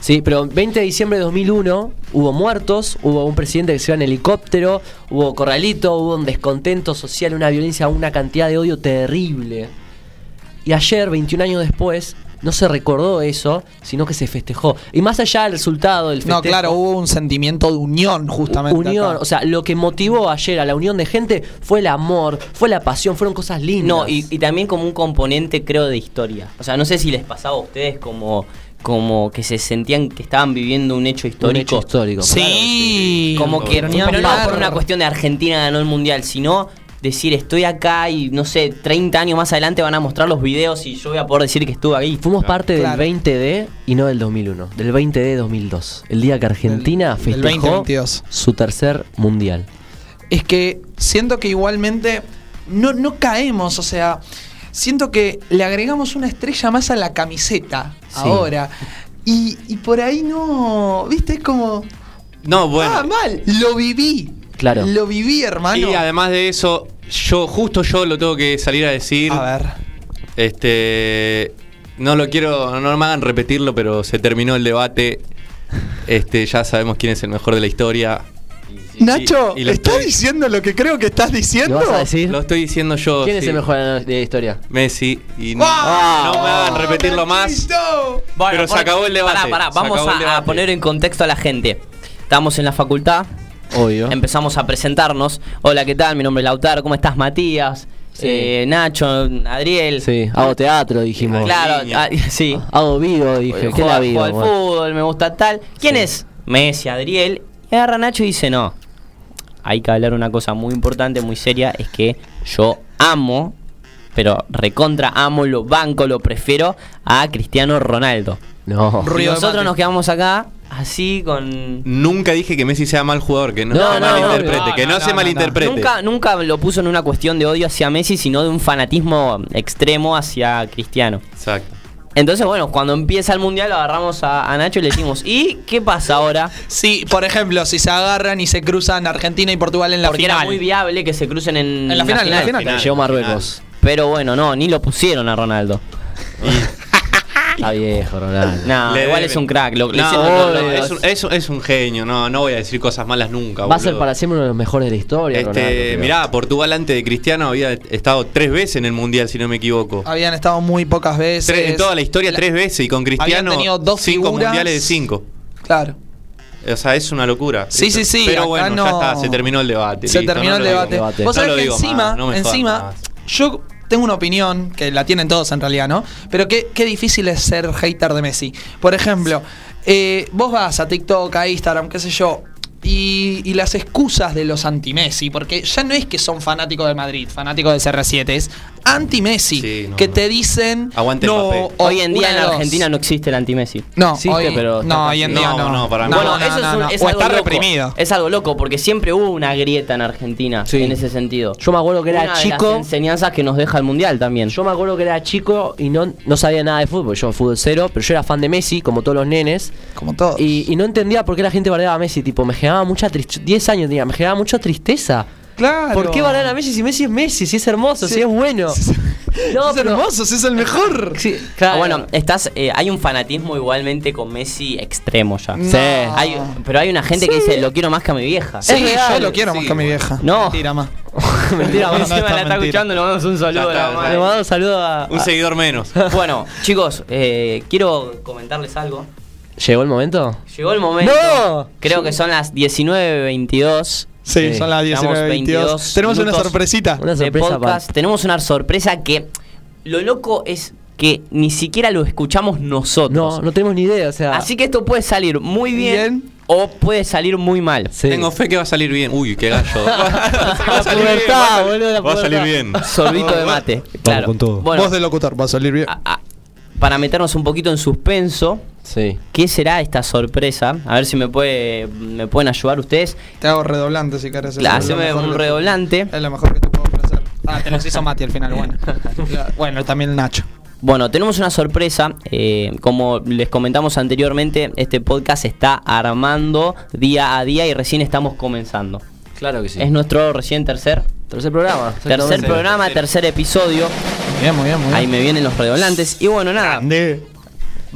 [SPEAKER 1] Sí, pero 20 de diciembre de 2001 hubo muertos, hubo un presidente que se iba en helicóptero, hubo corralito, hubo un descontento social, una violencia, una cantidad de odio terrible. Y ayer, 21 años después, no se recordó eso, sino que se festejó. Y más allá del resultado del festejo.
[SPEAKER 2] No, claro, hubo un sentimiento de unión, justamente.
[SPEAKER 1] Unión,
[SPEAKER 2] acá.
[SPEAKER 1] o sea, lo que motivó ayer a la unión de gente fue el amor, fue la pasión, fueron cosas lindas.
[SPEAKER 4] No, y, y también como un componente, creo, de historia. O sea, no sé si les pasaba a ustedes como, como que se sentían que estaban viviendo un hecho
[SPEAKER 1] Un
[SPEAKER 4] histórico.
[SPEAKER 1] hecho histórico.
[SPEAKER 2] sí.
[SPEAKER 4] Como que,
[SPEAKER 2] Pero
[SPEAKER 4] pero
[SPEAKER 2] ni
[SPEAKER 4] no
[SPEAKER 2] hablar.
[SPEAKER 4] por una cuestión de Argentina ganó el mundial, sino decir estoy acá y no sé, 30 años más adelante van a mostrar los videos y yo voy a poder decir que estuve ahí.
[SPEAKER 1] Fuimos parte
[SPEAKER 2] Claro.
[SPEAKER 1] del 20D y no del 2001, del 20D 2002, el día que Argentina
[SPEAKER 2] Del- del
[SPEAKER 1] festejó
[SPEAKER 2] 2022.
[SPEAKER 1] su tercer mundial.
[SPEAKER 2] es que siento que igualmente no, no caemos, o sea, siento que le agregamos una estrella más a la camiseta
[SPEAKER 1] Sí.
[SPEAKER 2] ahora. Y, y por ahí no, viste, es como...
[SPEAKER 3] No, bueno.
[SPEAKER 2] Ah, mal, lo viví.
[SPEAKER 1] Claro.
[SPEAKER 2] Lo viví, hermano.
[SPEAKER 3] Y además de eso, yo, justo yo lo tengo que salir a decir.
[SPEAKER 2] a ver.
[SPEAKER 3] Este. No lo quiero, no me hagan repetirlo, pero se terminó el debate. Este, ya sabemos quién es el mejor de la historia.
[SPEAKER 2] Nacho,
[SPEAKER 3] y- y lo
[SPEAKER 2] ¿estás
[SPEAKER 3] estoy-
[SPEAKER 2] diciendo lo que creo que estás diciendo?
[SPEAKER 1] ¿Lo vas a decir?
[SPEAKER 3] Lo estoy diciendo yo.
[SPEAKER 1] ¿Quién es
[SPEAKER 3] sí.
[SPEAKER 1] el mejor de la historia?
[SPEAKER 3] Messi. Y no,
[SPEAKER 2] ¡Ah!
[SPEAKER 3] no me hagan repetirlo más.
[SPEAKER 2] Nachito.
[SPEAKER 3] Pero se
[SPEAKER 4] por-
[SPEAKER 3] acabó el debate,
[SPEAKER 4] Pará, pará,
[SPEAKER 3] se
[SPEAKER 4] vamos
[SPEAKER 3] acabó el
[SPEAKER 4] a, a
[SPEAKER 3] debate.
[SPEAKER 4] poner en contexto a la gente. Estamos en la facultad,
[SPEAKER 1] Obvio.
[SPEAKER 4] empezamos a presentarnos. Hola, ¿qué tal? Mi nombre es Lautaro, ¿cómo estás, Matías?
[SPEAKER 1] Sí.
[SPEAKER 4] Eh, Nacho, Adriel.
[SPEAKER 1] Sí, hago teatro, dijimos.
[SPEAKER 4] Claro,
[SPEAKER 3] Niña.
[SPEAKER 4] ah, sí.
[SPEAKER 1] Hago vivo, dije. ¿Qué
[SPEAKER 4] Juego-
[SPEAKER 1] la
[SPEAKER 4] juego
[SPEAKER 1] vivo?
[SPEAKER 4] al
[SPEAKER 1] bueno?
[SPEAKER 4] fútbol, me gusta tal. ¿Quién es? Messi, Adriel. Y agarra a Nacho y dice, no, hay que hablar una cosa muy importante, muy seria, es que yo amo, pero recontra amo, lo banco, lo prefiero a Cristiano Ronaldo.
[SPEAKER 1] No.
[SPEAKER 2] Ruido
[SPEAKER 4] y
[SPEAKER 2] de
[SPEAKER 4] nosotros
[SPEAKER 2] mate.
[SPEAKER 4] nos quedamos acá así con...
[SPEAKER 3] Nunca dije que Messi sea mal jugador, que no,
[SPEAKER 1] No,
[SPEAKER 3] se
[SPEAKER 1] no,
[SPEAKER 3] malinterprete,
[SPEAKER 2] no,
[SPEAKER 3] que no,
[SPEAKER 2] no,
[SPEAKER 3] se
[SPEAKER 2] no, no.
[SPEAKER 3] malinterprete.
[SPEAKER 4] Nunca, nunca lo puso en una cuestión de odio hacia Messi, sino de un fanatismo extremo hacia Cristiano.
[SPEAKER 3] Exacto.
[SPEAKER 4] Entonces, bueno, cuando empieza el mundial, lo agarramos a, a Nacho y le decimos, ¿y qué pasa ahora?
[SPEAKER 2] Sí, por ejemplo, si se agarran y se cruzan Argentina y Portugal en la
[SPEAKER 4] Porque
[SPEAKER 2] final.
[SPEAKER 4] era muy viable que se crucen en,
[SPEAKER 2] En la final, en la final.
[SPEAKER 3] Final,
[SPEAKER 1] Llegó
[SPEAKER 3] final.
[SPEAKER 1] Marruecos.
[SPEAKER 4] Pero bueno, no, ni lo pusieron a Ronaldo.
[SPEAKER 1] Está viejo, Ronaldo.
[SPEAKER 4] No,
[SPEAKER 3] Le
[SPEAKER 4] Ah, igual
[SPEAKER 3] debe-
[SPEAKER 4] es un crack. Lo, lo
[SPEAKER 3] No,
[SPEAKER 4] hicieron-
[SPEAKER 3] no,
[SPEAKER 4] lo-
[SPEAKER 3] no,
[SPEAKER 4] lo-
[SPEAKER 3] es, un, es un- es un genio, no, no voy a decir cosas malas nunca.
[SPEAKER 1] Va a ser
[SPEAKER 3] boludo.
[SPEAKER 1] para siempre uno de los mejores de la historia.
[SPEAKER 3] Este,
[SPEAKER 1] Ronaldo, creo.
[SPEAKER 3] mirá, Portugal antes de Cristiano había estado tres veces en el Mundial, si no me equivoco.
[SPEAKER 2] Habían estado muy pocas veces.
[SPEAKER 3] Tres- en toda la historia tres veces y con Cristiano
[SPEAKER 2] habían tenido dos
[SPEAKER 3] cinco
[SPEAKER 2] figuras.
[SPEAKER 3] mundiales de cinco.
[SPEAKER 2] Claro.
[SPEAKER 3] O sea, es una locura.
[SPEAKER 2] Sí,
[SPEAKER 3] Eso.
[SPEAKER 2] sí, sí,
[SPEAKER 3] Pero
[SPEAKER 2] acá
[SPEAKER 3] bueno,
[SPEAKER 2] no-
[SPEAKER 3] ya está, se terminó el debate.
[SPEAKER 2] Se
[SPEAKER 3] listo,
[SPEAKER 2] terminó
[SPEAKER 3] no
[SPEAKER 2] el
[SPEAKER 3] lo digo
[SPEAKER 2] debate.
[SPEAKER 1] debate.
[SPEAKER 2] Vos
[SPEAKER 3] No
[SPEAKER 2] sabés
[SPEAKER 3] lo
[SPEAKER 2] que
[SPEAKER 3] digo
[SPEAKER 2] encima,
[SPEAKER 3] más, no me jodan
[SPEAKER 2] encima,
[SPEAKER 3] más.
[SPEAKER 2] yo tengo una opinión, que la tienen todos en realidad, ¿no? Pero qué, qué difícil es ser hater de Messi. Por ejemplo, eh, vos vas a TikTok, a Instagram, qué sé yo. Y, y las excusas de los anti-Messi, porque ya no es que son fanáticos de Madrid, fanáticos de CR7, es anti-Messi,
[SPEAKER 3] Sí, no,
[SPEAKER 2] que
[SPEAKER 3] no.
[SPEAKER 2] te dicen...
[SPEAKER 3] Aguante
[SPEAKER 2] no,
[SPEAKER 3] Mbappé.
[SPEAKER 2] o
[SPEAKER 4] hoy en
[SPEAKER 2] una
[SPEAKER 4] día en
[SPEAKER 2] de dos".
[SPEAKER 4] Argentina no existe el anti-Messi.
[SPEAKER 2] No,
[SPEAKER 1] Existe,
[SPEAKER 2] hoy,
[SPEAKER 1] pero está
[SPEAKER 2] no, hoy en
[SPEAKER 3] casi-
[SPEAKER 2] día
[SPEAKER 3] No,
[SPEAKER 2] no.
[SPEAKER 3] no, para mí.
[SPEAKER 4] bueno, eso es, un-
[SPEAKER 2] no.
[SPEAKER 4] es
[SPEAKER 2] O
[SPEAKER 4] algo
[SPEAKER 2] está
[SPEAKER 4] loco.
[SPEAKER 2] reprimido.
[SPEAKER 4] Es algo loco, porque siempre hubo una grieta en Argentina
[SPEAKER 1] Sí.
[SPEAKER 4] en ese sentido.
[SPEAKER 1] Yo me acuerdo que era
[SPEAKER 4] Una de las
[SPEAKER 1] chico.
[SPEAKER 4] enseñanzas que nos deja el mundial también.
[SPEAKER 1] Yo me acuerdo que era chico y no, no sabía nada de fútbol. Yo fútbol cero, pero yo era fan de Messi, como todos los nenes.
[SPEAKER 2] Como todo.
[SPEAKER 1] Y, y no entendía por qué la gente bardeaba a Messi. Tipo, me generaba mucha tristeza. 10 años tenía, me generaba mucha tristeza.
[SPEAKER 2] Claro.
[SPEAKER 1] ¿Por qué bardear a Messi si Messi es Messi? Si es hermoso,
[SPEAKER 2] Sí.
[SPEAKER 1] si es bueno. No,
[SPEAKER 2] es
[SPEAKER 1] pero-
[SPEAKER 2] hermoso, si es el mejor.
[SPEAKER 1] Sí,
[SPEAKER 4] Ah,
[SPEAKER 1] claro.
[SPEAKER 4] bueno, estás, eh, hay un fanatismo igualmente con Messi extremo ya.
[SPEAKER 2] No.
[SPEAKER 1] Sí.
[SPEAKER 4] Hay- pero hay una gente que dice, lo quiero más que a mi vieja.
[SPEAKER 2] Sí,
[SPEAKER 1] Es real.
[SPEAKER 2] yo lo quiero
[SPEAKER 3] Sí,
[SPEAKER 2] más que a mi
[SPEAKER 3] bueno.
[SPEAKER 2] vieja.
[SPEAKER 4] No.
[SPEAKER 2] Mentira, ma.
[SPEAKER 1] Mentira,
[SPEAKER 2] No,
[SPEAKER 1] vos.
[SPEAKER 2] no, está
[SPEAKER 4] Encima la está
[SPEAKER 2] mentira.
[SPEAKER 4] escuchando, le mandamos un saludo
[SPEAKER 3] Ya está,
[SPEAKER 4] a
[SPEAKER 3] ya
[SPEAKER 4] la
[SPEAKER 1] Le
[SPEAKER 4] madre.
[SPEAKER 1] mando un saludo
[SPEAKER 2] Ah.
[SPEAKER 1] a.
[SPEAKER 3] Un
[SPEAKER 1] a-
[SPEAKER 3] seguidor menos.
[SPEAKER 4] Bueno, chicos, eh, quiero comentarles algo.
[SPEAKER 1] ¿Llegó el momento?
[SPEAKER 4] Llegó el momento.
[SPEAKER 1] ¡No!
[SPEAKER 4] Creo que son las 19.22
[SPEAKER 2] Sí,
[SPEAKER 1] Sí,
[SPEAKER 2] son las
[SPEAKER 4] estamos
[SPEAKER 2] 19.22.
[SPEAKER 4] 22
[SPEAKER 2] Tenemos una
[SPEAKER 4] minutos.
[SPEAKER 2] sorpresita.
[SPEAKER 1] Una
[SPEAKER 4] de
[SPEAKER 1] sorpresa
[SPEAKER 4] podcast.
[SPEAKER 1] para.
[SPEAKER 4] Tenemos una sorpresa que lo loco es que ni siquiera lo escuchamos nosotros.
[SPEAKER 1] No, no tenemos ni idea, o sea.
[SPEAKER 4] Así que esto puede salir muy bien,
[SPEAKER 2] Bien.
[SPEAKER 4] o puede salir muy mal.
[SPEAKER 1] Sí.
[SPEAKER 3] Tengo fe que va a salir bien. Uy, qué gallo. va
[SPEAKER 1] La pubertad, boludo, la
[SPEAKER 3] va a salir
[SPEAKER 1] pubertad.
[SPEAKER 3] bien.
[SPEAKER 4] Sorbito de mate. Claro.
[SPEAKER 5] con todo.
[SPEAKER 4] Bueno,
[SPEAKER 2] Voz del locutor, va a salir bien.
[SPEAKER 4] a- a- para meternos un poquito en suspenso,
[SPEAKER 1] Sí.
[SPEAKER 4] ¿qué será esta sorpresa? A ver si me puede me pueden ayudar ustedes.
[SPEAKER 2] Te hago redoblante si querés.
[SPEAKER 4] Claro,
[SPEAKER 2] Eso es lo
[SPEAKER 4] haceme
[SPEAKER 2] mejor
[SPEAKER 4] un
[SPEAKER 2] que-
[SPEAKER 4] redoblante.
[SPEAKER 2] Es lo mejor que te puedo ofrecer. Ah, te los hizo Mati al final, bueno. La- bueno, también Nacho.
[SPEAKER 4] Bueno, tenemos una sorpresa. eh, como les comentamos anteriormente, este podcast se está armando día a día y recién estamos comenzando.
[SPEAKER 1] Claro que sí.
[SPEAKER 4] Es nuestro recién tercer.
[SPEAKER 1] Tercer programa.
[SPEAKER 4] Tercer
[SPEAKER 1] exactamente.
[SPEAKER 4] programa, tercer episodio.
[SPEAKER 2] Bien, muy bien, muy bien.
[SPEAKER 4] Ahí me vienen los redoblantes. Y bueno, nada.
[SPEAKER 2] Grande.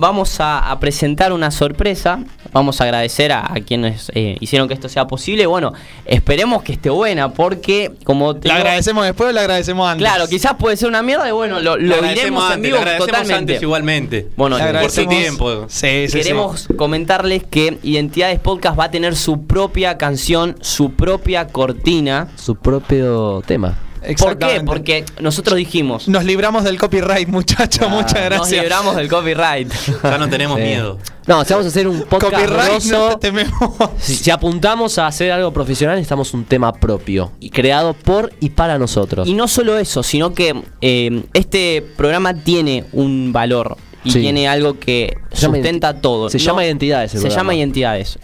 [SPEAKER 4] Vamos a, a presentar una sorpresa. Vamos a agradecer a, a quienes eh, hicieron que esto sea posible. Bueno, esperemos que esté buena porque como... te
[SPEAKER 2] ¿La
[SPEAKER 4] digo-
[SPEAKER 2] agradecemos después o la agradecemos antes?
[SPEAKER 4] Claro, quizás puede ser una mierda y bueno, lo,
[SPEAKER 3] Le
[SPEAKER 4] lo
[SPEAKER 3] agradecemos
[SPEAKER 4] diremos en
[SPEAKER 3] antes,
[SPEAKER 4] vivo
[SPEAKER 3] le agradecemos
[SPEAKER 4] totalmente.
[SPEAKER 3] antes igualmente.
[SPEAKER 4] Bueno,
[SPEAKER 2] Le
[SPEAKER 4] por
[SPEAKER 2] agradecemos-
[SPEAKER 3] su tiempo.
[SPEAKER 2] Sí, sí, sí.
[SPEAKER 4] Queremos comentarles que Identidades Podcast va a tener su propia canción, su propia cortina.
[SPEAKER 1] Su propio tema.
[SPEAKER 4] ¿Por qué?
[SPEAKER 2] Exactamente.
[SPEAKER 4] Porque nosotros dijimos,
[SPEAKER 2] Nos libramos del copyright, muchacho. muchas
[SPEAKER 4] Ah, nos
[SPEAKER 2] gracias.
[SPEAKER 4] libramos del copyright.
[SPEAKER 3] Ya no tenemos
[SPEAKER 1] Sí.
[SPEAKER 3] miedo.
[SPEAKER 1] No, si vamos a hacer un podcast
[SPEAKER 2] Copyright
[SPEAKER 1] grosso,
[SPEAKER 2] no te tememos.
[SPEAKER 1] si, si apuntamos a hacer algo profesional, necesitamos un tema propio. Y creado por y para nosotros.
[SPEAKER 4] Y no solo eso, sino que eh, este programa tiene un valor y
[SPEAKER 1] Sí.
[SPEAKER 4] tiene algo que
[SPEAKER 1] Se llama
[SPEAKER 4] sustenta
[SPEAKER 1] identi-
[SPEAKER 4] todo.
[SPEAKER 1] se llama identidades el
[SPEAKER 4] Se
[SPEAKER 1] programa.
[SPEAKER 4] llama identidades.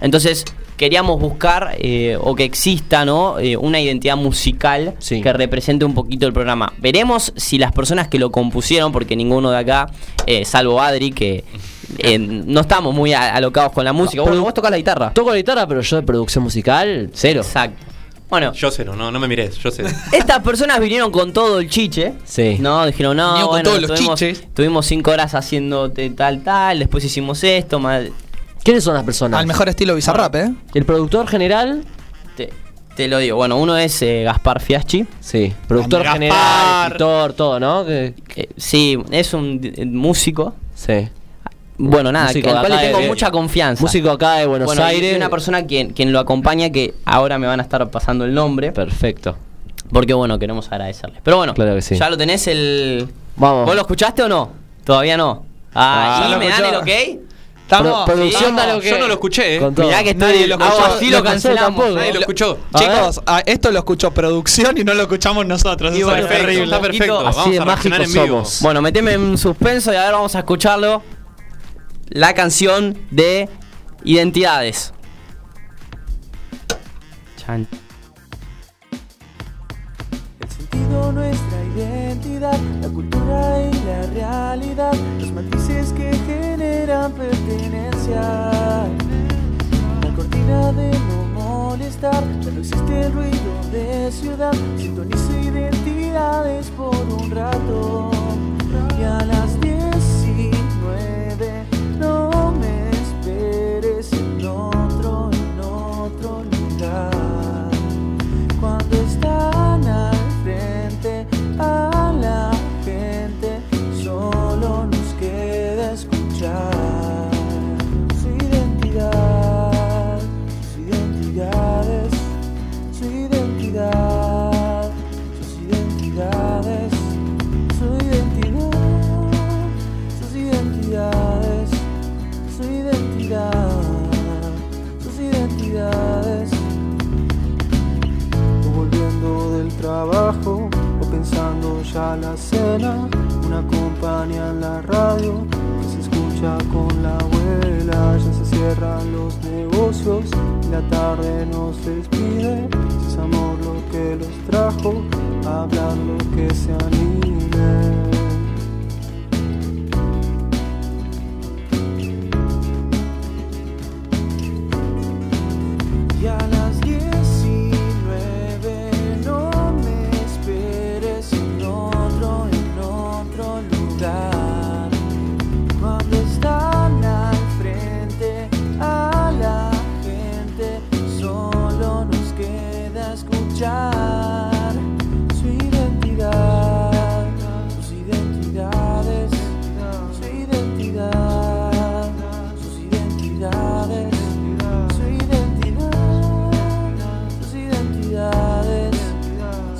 [SPEAKER 4] Entonces, queríamos buscar eh, o que exista ¿no? Eh, una identidad musical
[SPEAKER 1] Sí.
[SPEAKER 4] que represente un poquito el programa. Veremos si las personas que lo compusieron, porque ninguno de acá, eh, salvo Adri, que eh, no estamos muy a- alocados con la música.
[SPEAKER 1] Pero-
[SPEAKER 4] Bueno, vos tocas la guitarra.
[SPEAKER 1] Toco la guitarra, pero yo de producción musical, cero.
[SPEAKER 4] Exacto. Bueno,
[SPEAKER 3] Yo sé, no, no me mires, yo sé.
[SPEAKER 4] estas personas vinieron con todo el chiche.
[SPEAKER 1] Sí.
[SPEAKER 4] No, dijeron, no,
[SPEAKER 2] Vinieron con
[SPEAKER 4] bueno,
[SPEAKER 2] todos los
[SPEAKER 4] tuvimos,
[SPEAKER 2] chiches.
[SPEAKER 4] tuvimos cinco horas haciendo te- tal, tal, después hicimos esto, mal.
[SPEAKER 1] ¿Quiénes son las personas?
[SPEAKER 2] Al mejor estilo Bizarrap, ¿eh?
[SPEAKER 1] El productor general.
[SPEAKER 4] Te, te lo digo. Bueno, uno es eh, Gaspar Fiaschi.
[SPEAKER 1] Sí. Productor
[SPEAKER 2] Gaspar.
[SPEAKER 1] general, editor, todo, ¿no? Que-
[SPEAKER 4] que sí, es un di- eh, músico.
[SPEAKER 1] sí.
[SPEAKER 4] Bueno, nada,
[SPEAKER 1] Músico
[SPEAKER 4] que- al
[SPEAKER 1] de
[SPEAKER 4] cual
[SPEAKER 1] acá
[SPEAKER 4] le tengo
[SPEAKER 1] de-
[SPEAKER 4] mucha confianza.
[SPEAKER 1] Músico acá de Buenos
[SPEAKER 4] bueno, y-
[SPEAKER 1] Aires.
[SPEAKER 4] Y una persona quien, quien lo acompaña, que ahora me van a estar pasando el nombre.
[SPEAKER 1] Perfecto.
[SPEAKER 4] Porque bueno, queremos agradecerles. Pero bueno,
[SPEAKER 1] Claro que sí.
[SPEAKER 4] ya lo tenés el.
[SPEAKER 1] Vamos.
[SPEAKER 4] ¿Vos lo escuchaste o no? Todavía no. Ah,
[SPEAKER 1] Ah,
[SPEAKER 4] ¿y
[SPEAKER 1] ya lo
[SPEAKER 4] me dan el ok?
[SPEAKER 2] escuchó.
[SPEAKER 1] Pro- producción,
[SPEAKER 2] estamos.
[SPEAKER 1] dale ok.
[SPEAKER 3] Yo no lo escuché, eh.
[SPEAKER 1] Con todo.
[SPEAKER 4] Mirá que está
[SPEAKER 2] Nadie
[SPEAKER 4] el-
[SPEAKER 2] lo
[SPEAKER 4] hago
[SPEAKER 2] escuchó,
[SPEAKER 4] así
[SPEAKER 2] lo
[SPEAKER 4] lo
[SPEAKER 1] escuchó
[SPEAKER 4] cancelamos.
[SPEAKER 1] tampoco.
[SPEAKER 3] Nadie lo escuchó.
[SPEAKER 1] A
[SPEAKER 2] Chicos, a- esto lo escuchó producción y no lo escuchamos nosotros.
[SPEAKER 3] Y
[SPEAKER 2] Eso
[SPEAKER 3] bueno,
[SPEAKER 2] es terrible.
[SPEAKER 3] está perfecto.
[SPEAKER 4] Así
[SPEAKER 3] Vamos
[SPEAKER 1] de
[SPEAKER 3] a reaccionar en
[SPEAKER 1] mágicos
[SPEAKER 3] vivo.
[SPEAKER 1] somos.
[SPEAKER 4] Bueno, meteme en suspenso y ahora vamos a escucharlo. La canción de Identidades. Chan.
[SPEAKER 6] El sentido, nuestra identidad.
[SPEAKER 5] sociedad, la cultura y la realidad, los matices que generan pertenencia. La cortina de no molestar, ya no existe el ruido de ciudad, sintonizo identidades por un rato. Y a las 19 no me esperes en otro, en otro lugar cuando están al frente a la gente, solo nos queda escuchar su identidad, su identidades, su identidad, sus identidades, su identidad, sus identidades, su identidad, sus identidades o volviendo del trabajo, o pensando ya la cena, una compañía en la radio que se escucha con la abuela, ya se cierran los negocios, y la tarde nos despide, si es amor lo que los trajo, a hablar lo que se anime. Y a las 19 no me esperes en otro, en otro lugar. Cuando están al frente a la gente, solo nos queda escuchar su identidad, sus identidades, su identidad, sus identidades, su identidad, sus identidades,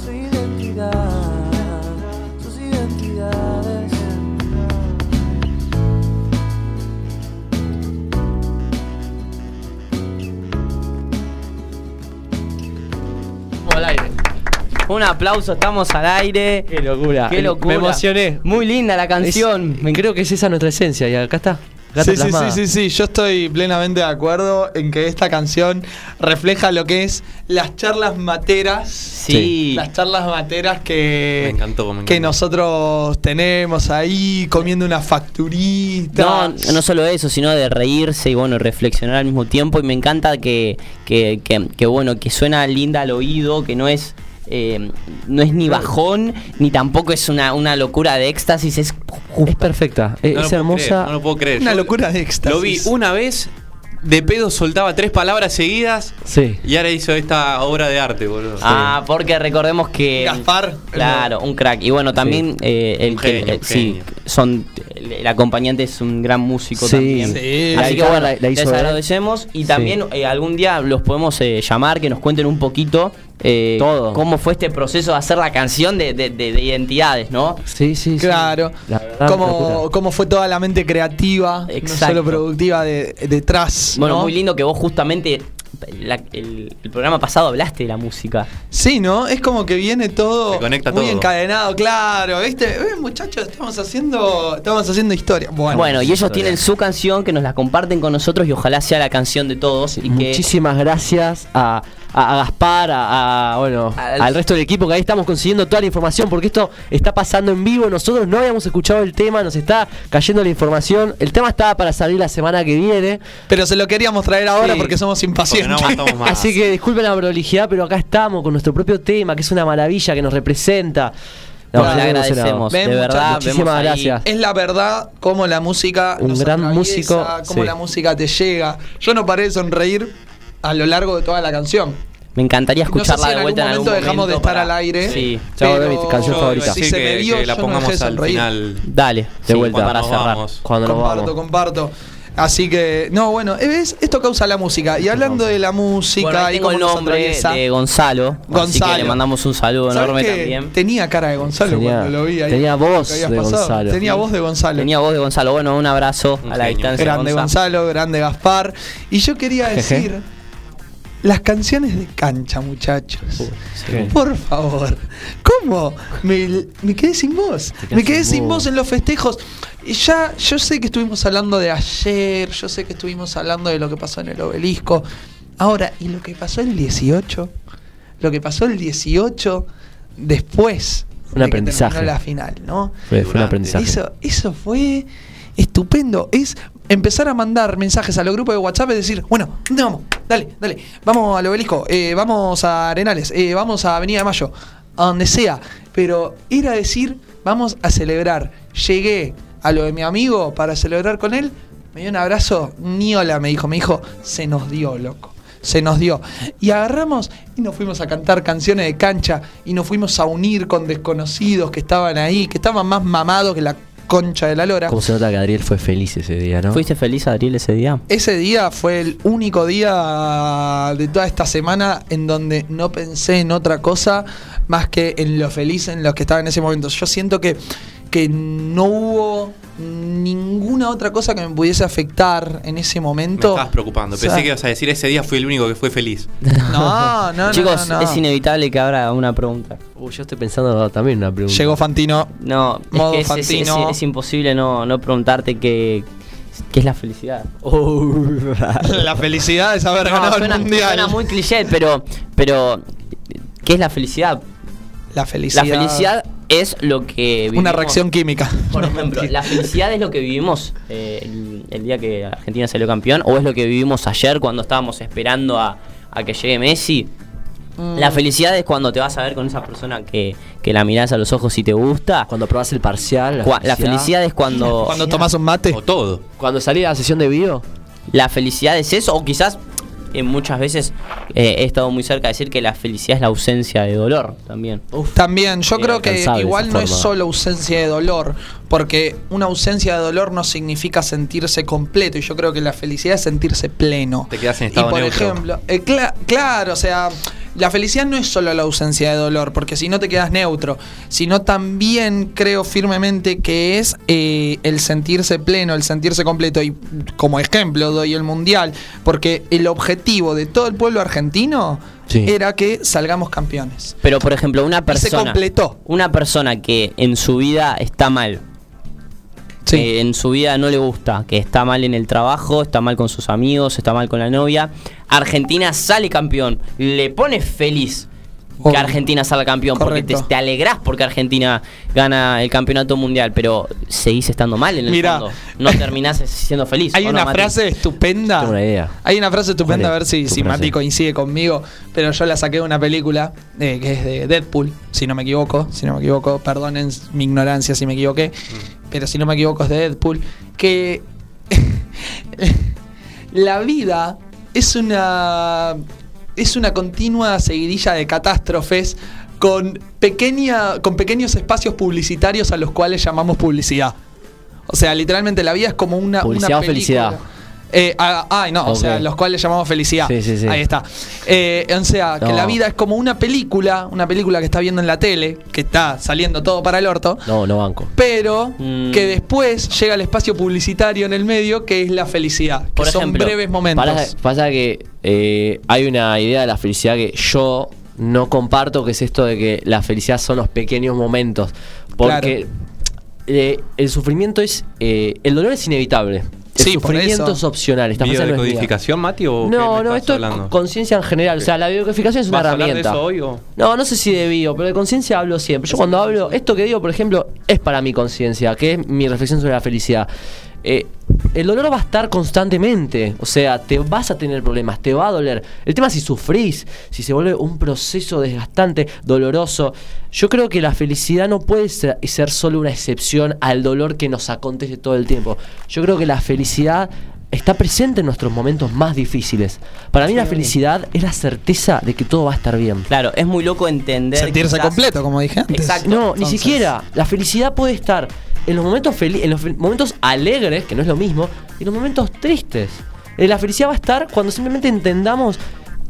[SPEAKER 5] su identidad, sus identidades.
[SPEAKER 2] Vamos al aire.
[SPEAKER 4] Un aplauso, estamos al aire.
[SPEAKER 1] Qué locura.
[SPEAKER 4] Qué locura.
[SPEAKER 1] Me emocioné.
[SPEAKER 4] Muy linda la canción.
[SPEAKER 1] Es-
[SPEAKER 4] Me
[SPEAKER 1] Creo que es esa nuestra esencia y acá está. Gata
[SPEAKER 2] Sí, sí,
[SPEAKER 1] plasmada.
[SPEAKER 2] sí, sí, sí, yo estoy plenamente de acuerdo en que esta canción refleja lo que es las charlas materas.
[SPEAKER 4] Sí.
[SPEAKER 2] Las charlas materas que,
[SPEAKER 3] Me encantó, me
[SPEAKER 2] que
[SPEAKER 3] encantó.
[SPEAKER 2] nosotros tenemos ahí comiendo una facturita.
[SPEAKER 4] No, no solo eso, sino de reírse y bueno, reflexionar al mismo tiempo. Y me encanta que, que, que- que, bueno, que suena linda al oído, que no es. eh, no es ni bajón, ni tampoco es una, una locura de éxtasis, es
[SPEAKER 1] Es perfecta. eh,
[SPEAKER 3] No lo
[SPEAKER 1] es
[SPEAKER 3] puedo
[SPEAKER 1] hermosa.
[SPEAKER 3] creer, no lo puedo creer.
[SPEAKER 2] Una
[SPEAKER 3] Yo
[SPEAKER 2] locura de éxtasis.
[SPEAKER 3] Lo vi una vez, de pedo soltaba tres palabras seguidas
[SPEAKER 1] Sí.
[SPEAKER 3] y ahora hizo esta obra de arte, boludo.
[SPEAKER 4] Ah, porque recordemos que.
[SPEAKER 2] Gaspar.
[SPEAKER 4] Claro, un crack. Y bueno, también eh, el
[SPEAKER 3] Un
[SPEAKER 4] que.
[SPEAKER 3] genio,
[SPEAKER 4] eh,
[SPEAKER 3] un
[SPEAKER 4] sí,
[SPEAKER 3] genio.
[SPEAKER 4] son. El, el acompañante es un gran músico
[SPEAKER 1] Sí.
[SPEAKER 4] también.
[SPEAKER 2] Sí.
[SPEAKER 4] Así que bueno,
[SPEAKER 1] La- la hizo
[SPEAKER 4] les
[SPEAKER 1] él.
[SPEAKER 4] agradecemos. Y
[SPEAKER 1] Sí.
[SPEAKER 4] también eh, algún día los podemos eh, llamar, que nos cuenten un poquito. eh,
[SPEAKER 1] Todo.
[SPEAKER 4] Cómo fue este proceso de hacer la canción de, de- de- de identidades, ¿no?
[SPEAKER 1] Sí, sí, sí.
[SPEAKER 2] Claro.
[SPEAKER 1] La verdad,
[SPEAKER 2] cómo,
[SPEAKER 1] locura.
[SPEAKER 2] cómo fue toda la mente creativa,
[SPEAKER 4] Exacto.
[SPEAKER 2] no solo productiva, de- detrás.
[SPEAKER 4] Bueno,
[SPEAKER 2] ¿no?
[SPEAKER 4] muy lindo que vos justamente. la- el, el programa pasado hablaste de la música.
[SPEAKER 2] Sí, ¿no? Es como que viene todo
[SPEAKER 3] Se conecta
[SPEAKER 2] muy
[SPEAKER 3] todo.
[SPEAKER 2] encadenado, claro. ¿Viste? Eh, muchachos, estamos haciendo, estamos haciendo historia. Bueno,
[SPEAKER 4] Bueno, y ellos tienen su canción que nos la comparten con nosotros y ojalá sea la canción de todos. Y que
[SPEAKER 1] Muchísimas gracias a, a- a Gaspar, a, a, bueno,
[SPEAKER 4] Al-
[SPEAKER 1] al, resto del equipo que ahí estamos consiguiendo toda la información porque esto está pasando en vivo. Nosotros no habíamos escuchado el tema, nos está cayendo la información. El tema estaba para salir la semana que viene,
[SPEAKER 2] Pero se lo queríamos traer ahora
[SPEAKER 1] Sí,
[SPEAKER 2] porque somos
[SPEAKER 3] Porque no
[SPEAKER 2] impacientes.
[SPEAKER 3] aguantamos más.
[SPEAKER 1] así que disculpen la prolijidad, pero acá estamos con nuestro propio tema que es una maravilla que nos representa.
[SPEAKER 4] No,
[SPEAKER 1] verdad
[SPEAKER 4] le
[SPEAKER 1] que emocionado.
[SPEAKER 4] agradecemos,
[SPEAKER 2] Ven,
[SPEAKER 4] de
[SPEAKER 2] muchas-
[SPEAKER 4] verdad.
[SPEAKER 1] muchísimas
[SPEAKER 4] vemos ahí-
[SPEAKER 1] gracias.
[SPEAKER 2] es la verdad cómo la música
[SPEAKER 1] Un
[SPEAKER 2] nos
[SPEAKER 1] gran
[SPEAKER 2] atraviesa,
[SPEAKER 1] músico,
[SPEAKER 2] cómo
[SPEAKER 1] sí.
[SPEAKER 2] la música te llega. Yo no paré de sonreír a lo largo de toda la canción.
[SPEAKER 4] Me encantaría
[SPEAKER 2] No sé
[SPEAKER 4] escucharla
[SPEAKER 2] si en
[SPEAKER 4] de
[SPEAKER 2] algún
[SPEAKER 4] vuelta en algún
[SPEAKER 2] momento dejamos de estar
[SPEAKER 4] para-
[SPEAKER 2] al aire.
[SPEAKER 4] Sí.
[SPEAKER 1] Ya
[SPEAKER 2] pero-
[SPEAKER 1] volví, canción
[SPEAKER 3] Yo
[SPEAKER 1] favorita.
[SPEAKER 3] iba a decir
[SPEAKER 2] Si se me
[SPEAKER 3] que-
[SPEAKER 2] dio, yo
[SPEAKER 3] que la
[SPEAKER 2] no dejé
[SPEAKER 3] pongamos al
[SPEAKER 2] sonreír.
[SPEAKER 3] final.
[SPEAKER 4] Dale,
[SPEAKER 1] De vuelta.
[SPEAKER 4] para
[SPEAKER 3] Cuando
[SPEAKER 4] cerrar.
[SPEAKER 3] vamos.
[SPEAKER 1] Cuando Ah, nos
[SPEAKER 2] comparto,
[SPEAKER 1] vamos.
[SPEAKER 2] comparto. Así que, no, bueno, ¿ves? esto causa la música. Y hablando de la música
[SPEAKER 4] Bueno, ahí
[SPEAKER 2] y
[SPEAKER 4] tengo
[SPEAKER 2] cómo
[SPEAKER 4] el
[SPEAKER 2] nos
[SPEAKER 4] nombre
[SPEAKER 2] atraviesa,
[SPEAKER 4] de Gonzalo, así
[SPEAKER 2] Gonzalo.
[SPEAKER 4] que le mandamos un saludo
[SPEAKER 2] ¿sabes
[SPEAKER 4] enorme
[SPEAKER 2] que
[SPEAKER 4] también.
[SPEAKER 2] Tenía cara de Gonzalo
[SPEAKER 1] Tenía-
[SPEAKER 2] cuando lo vi ahí.
[SPEAKER 1] tenía voz
[SPEAKER 2] que habías
[SPEAKER 1] de Gonzalo.
[SPEAKER 2] Tenía voz de Gonzalo.
[SPEAKER 4] Tenía voz de Gonzalo, bueno, un abrazo
[SPEAKER 3] Un
[SPEAKER 4] a la
[SPEAKER 3] genio.
[SPEAKER 4] distancia.
[SPEAKER 2] grande Gonzalo, grande Gaspar. Y yo quería
[SPEAKER 1] Jeje.
[SPEAKER 2] decir, las canciones de cancha, muchachos.
[SPEAKER 1] Sí.
[SPEAKER 2] Por favor, ¿cómo? Me, me quedé sin voz.
[SPEAKER 1] quedas
[SPEAKER 2] Me quedé
[SPEAKER 1] sin
[SPEAKER 2] sin
[SPEAKER 1] voz.
[SPEAKER 2] voz en los festejos. Y ya, yo sé que estuvimos hablando de ayer, yo sé que estuvimos hablando de lo que pasó en el obelisco. Ahora, ¿y lo que pasó el 18? Lo que pasó el 18 después
[SPEAKER 1] Un
[SPEAKER 2] de que
[SPEAKER 1] aprendizaje.
[SPEAKER 2] terminó la final, ¿no?
[SPEAKER 1] Fue, fue un
[SPEAKER 3] Durante.
[SPEAKER 1] aprendizaje.
[SPEAKER 2] Eso, eso fue estupendo. Es empezar a mandar mensajes a los grupos de WhatsApp y decir, bueno, ¿dónde vamos? Dale, dale. Vamos al obelisco, eh, vamos a Arenales, eh, vamos a Avenida de Mayo, a donde sea. Pero ir a decir, vamos a celebrar. Llegué a lo de mi amigo para celebrar con él, me dio un abrazo, ni hola, me dijo. Me dijo, se nos dio, loco. Se nos dio. Y agarramos y nos fuimos a cantar canciones de cancha y nos fuimos a unir con desconocidos que estaban ahí, que estaban más mamados que la concha de la lora.
[SPEAKER 1] Como se nota que Adriel fue feliz ese día, ¿no?
[SPEAKER 4] ¿Fuiste feliz, Adriel, ese día?
[SPEAKER 2] Ese día fue el único día de toda esta semana en donde no pensé en otra cosa más que en lo feliz en lo que estaba en ese momento. Yo siento que, que no hubo ninguna otra cosa que me pudiese afectar en ese
[SPEAKER 3] Me
[SPEAKER 2] momento.
[SPEAKER 3] estabas preocupando.
[SPEAKER 2] O sea,
[SPEAKER 3] Pensé que ibas a decir ese día fui el único que fue feliz.
[SPEAKER 2] No, no, no.
[SPEAKER 4] Chicos,
[SPEAKER 2] no, no.
[SPEAKER 4] es inevitable que habrá una pregunta.
[SPEAKER 1] Uy, Uh, yo estoy pensando también en una pregunta.
[SPEAKER 2] Llegó Fantino.
[SPEAKER 4] No, es
[SPEAKER 2] Modo
[SPEAKER 4] que es, es- es-
[SPEAKER 2] Fantino.
[SPEAKER 4] es imposible no, no preguntarte qué, qué es la felicidad.
[SPEAKER 1] Oh, Uy.
[SPEAKER 2] La felicidad de saber
[SPEAKER 4] No,
[SPEAKER 2] ganado
[SPEAKER 4] suena,
[SPEAKER 2] el mundial.
[SPEAKER 4] suena muy cliché, pero, pero ¿qué es la felicidad?
[SPEAKER 2] La felicidad.
[SPEAKER 4] La felicidad es lo que vivimos.
[SPEAKER 2] Una reacción química.
[SPEAKER 4] Por
[SPEAKER 2] No,
[SPEAKER 4] ejemplo,
[SPEAKER 2] mentira.
[SPEAKER 4] la felicidad es lo que vivimos eh, el, el día que Argentina salió campeón, o es lo que vivimos ayer cuando estábamos esperando a, a que llegue Messi. La felicidad es cuando te vas a ver con esa persona que, que la mirás a los ojos y te gusta.
[SPEAKER 1] Cuando probás el parcial.
[SPEAKER 4] Cua- La felicidad es cuando.
[SPEAKER 2] Cuando tomas un mate.
[SPEAKER 3] O todo.
[SPEAKER 1] Cuando salí de la sesión de video.
[SPEAKER 4] La felicidad es eso, o quizás eh, muchas veces eh, he estado muy cerca de decir que la felicidad es la ausencia de dolor también.
[SPEAKER 2] También, yo
[SPEAKER 1] Eh,
[SPEAKER 2] creo que
[SPEAKER 1] alcanzable
[SPEAKER 2] igual
[SPEAKER 1] esa
[SPEAKER 2] no es
[SPEAKER 1] forma.
[SPEAKER 2] solo ausencia de dolor, porque una ausencia de dolor no significa sentirse completo, y yo creo que la felicidad es sentirse pleno.
[SPEAKER 3] Te quedás en estado
[SPEAKER 2] Y por
[SPEAKER 3] neutro.
[SPEAKER 2] ejemplo, eh, cla- claro, o sea, la felicidad no es solo la ausencia de dolor, porque si no te quedas neutro, sino también creo firmemente que es eh, el sentirse pleno, el sentirse completo, y como ejemplo doy el mundial, porque el objetivo de todo el pueblo argentino
[SPEAKER 1] Sí.
[SPEAKER 2] era que salgamos campeones.
[SPEAKER 4] Pero por ejemplo, una
[SPEAKER 2] Y se
[SPEAKER 4] persona.
[SPEAKER 2] completó.
[SPEAKER 4] Una persona que en su vida está mal.
[SPEAKER 2] Sí.
[SPEAKER 4] que en su vida no le gusta, que está mal en el trabajo, está mal con sus amigos, está mal con la novia. Argentina sale campeón, le pones feliz que
[SPEAKER 2] Obvio.
[SPEAKER 4] Argentina salga campeón, porque
[SPEAKER 2] Correcto.
[SPEAKER 4] te, te alegrás porque Argentina gana el campeonato mundial, pero seguís estando mal en el
[SPEAKER 2] Mirá.
[SPEAKER 4] fondo. No terminás siendo feliz.
[SPEAKER 2] Hay
[SPEAKER 4] ¿o no,
[SPEAKER 2] una
[SPEAKER 4] Mati?
[SPEAKER 2] frase
[SPEAKER 4] Ah.
[SPEAKER 2] estupenda.
[SPEAKER 1] Tengo una idea.
[SPEAKER 2] Hay una frase estupenda, a
[SPEAKER 1] ¿Cuál
[SPEAKER 2] ver
[SPEAKER 1] es
[SPEAKER 2] si,
[SPEAKER 1] tu
[SPEAKER 2] si
[SPEAKER 1] frase?
[SPEAKER 2] Mati coincide conmigo, pero yo la saqué de una película eh, que es de Deadpool, si no me equivoco, si no me equivoco, perdonen mi ignorancia si me equivoqué, pero si no me equivoco es de Deadpool, que la vida es una es una continua seguidilla de catástrofes con pequeña con pequeños espacios publicitarios a los cuales llamamos publicidad. O sea, literalmente la vida es como una
[SPEAKER 1] ¿Publicidad
[SPEAKER 2] una
[SPEAKER 1] o felicidad?
[SPEAKER 2] película. Eh, ah, ay, no, o
[SPEAKER 1] Ok.
[SPEAKER 2] sea, los cuales llamamos felicidad.
[SPEAKER 1] Sí, sí, sí.
[SPEAKER 2] Ahí está. Eh, o sea, que
[SPEAKER 1] No.
[SPEAKER 2] la vida es como una película, una película que está viendo en la tele, que está saliendo todo para el orto,
[SPEAKER 1] No, no banco.
[SPEAKER 2] pero
[SPEAKER 4] Mm.
[SPEAKER 2] que después llega el espacio publicitario en el medio, que es la felicidad, que
[SPEAKER 4] Por
[SPEAKER 2] son
[SPEAKER 4] ejemplo,
[SPEAKER 2] breves momentos.
[SPEAKER 1] Pasa, pasa que eh, hay una idea de la felicidad que yo no comparto, que es esto de que la felicidad son los pequeños momentos. Porque eh, el sufrimiento es. eh, el dolor es inevitable. El
[SPEAKER 2] Sí, por
[SPEAKER 1] sufrimiento
[SPEAKER 2] eso.
[SPEAKER 1] es opcional. Esta
[SPEAKER 3] ¿Video
[SPEAKER 1] frase
[SPEAKER 3] de
[SPEAKER 1] no es mía.
[SPEAKER 3] codificación, Mati? O qué
[SPEAKER 1] No,
[SPEAKER 3] me
[SPEAKER 1] no,
[SPEAKER 3] estás
[SPEAKER 1] esto
[SPEAKER 3] hablando?
[SPEAKER 1] es conciencia en general. O sea, la biodecodificación es una
[SPEAKER 3] ¿Vas a hablar de
[SPEAKER 1] herramienta.
[SPEAKER 3] eso hoy o?
[SPEAKER 1] No, no sé si de bio, pero de conciencia hablo siempre. Yo cuando hablo, esto que digo, por ejemplo, es para mi conciencia, que es mi reflexión sobre la felicidad. Eh, el dolor va a estar constantemente. O sea, te vas a tener problemas, te va a doler. El tema es si sufrís, si se vuelve un proceso desgastante, doloroso. Yo creo que la felicidad no puede ser, ser solo una excepción al dolor que nos acontece todo el tiempo. Yo creo que la felicidad está presente en nuestros momentos más difíciles. Para mí la felicidad es la certeza de que todo va a estar bien.
[SPEAKER 4] Claro, es muy loco entender.
[SPEAKER 2] Sentirse
[SPEAKER 4] quizás-
[SPEAKER 2] completo, como dije antes.
[SPEAKER 4] Exacto.
[SPEAKER 1] No, ni
[SPEAKER 2] Entonces-
[SPEAKER 1] siquiera. La felicidad puede estar en los momentos feli- en los fel- momentos alegres, que no es lo mismo, y en los momentos tristes. Eh, la felicidad va a estar cuando simplemente entendamos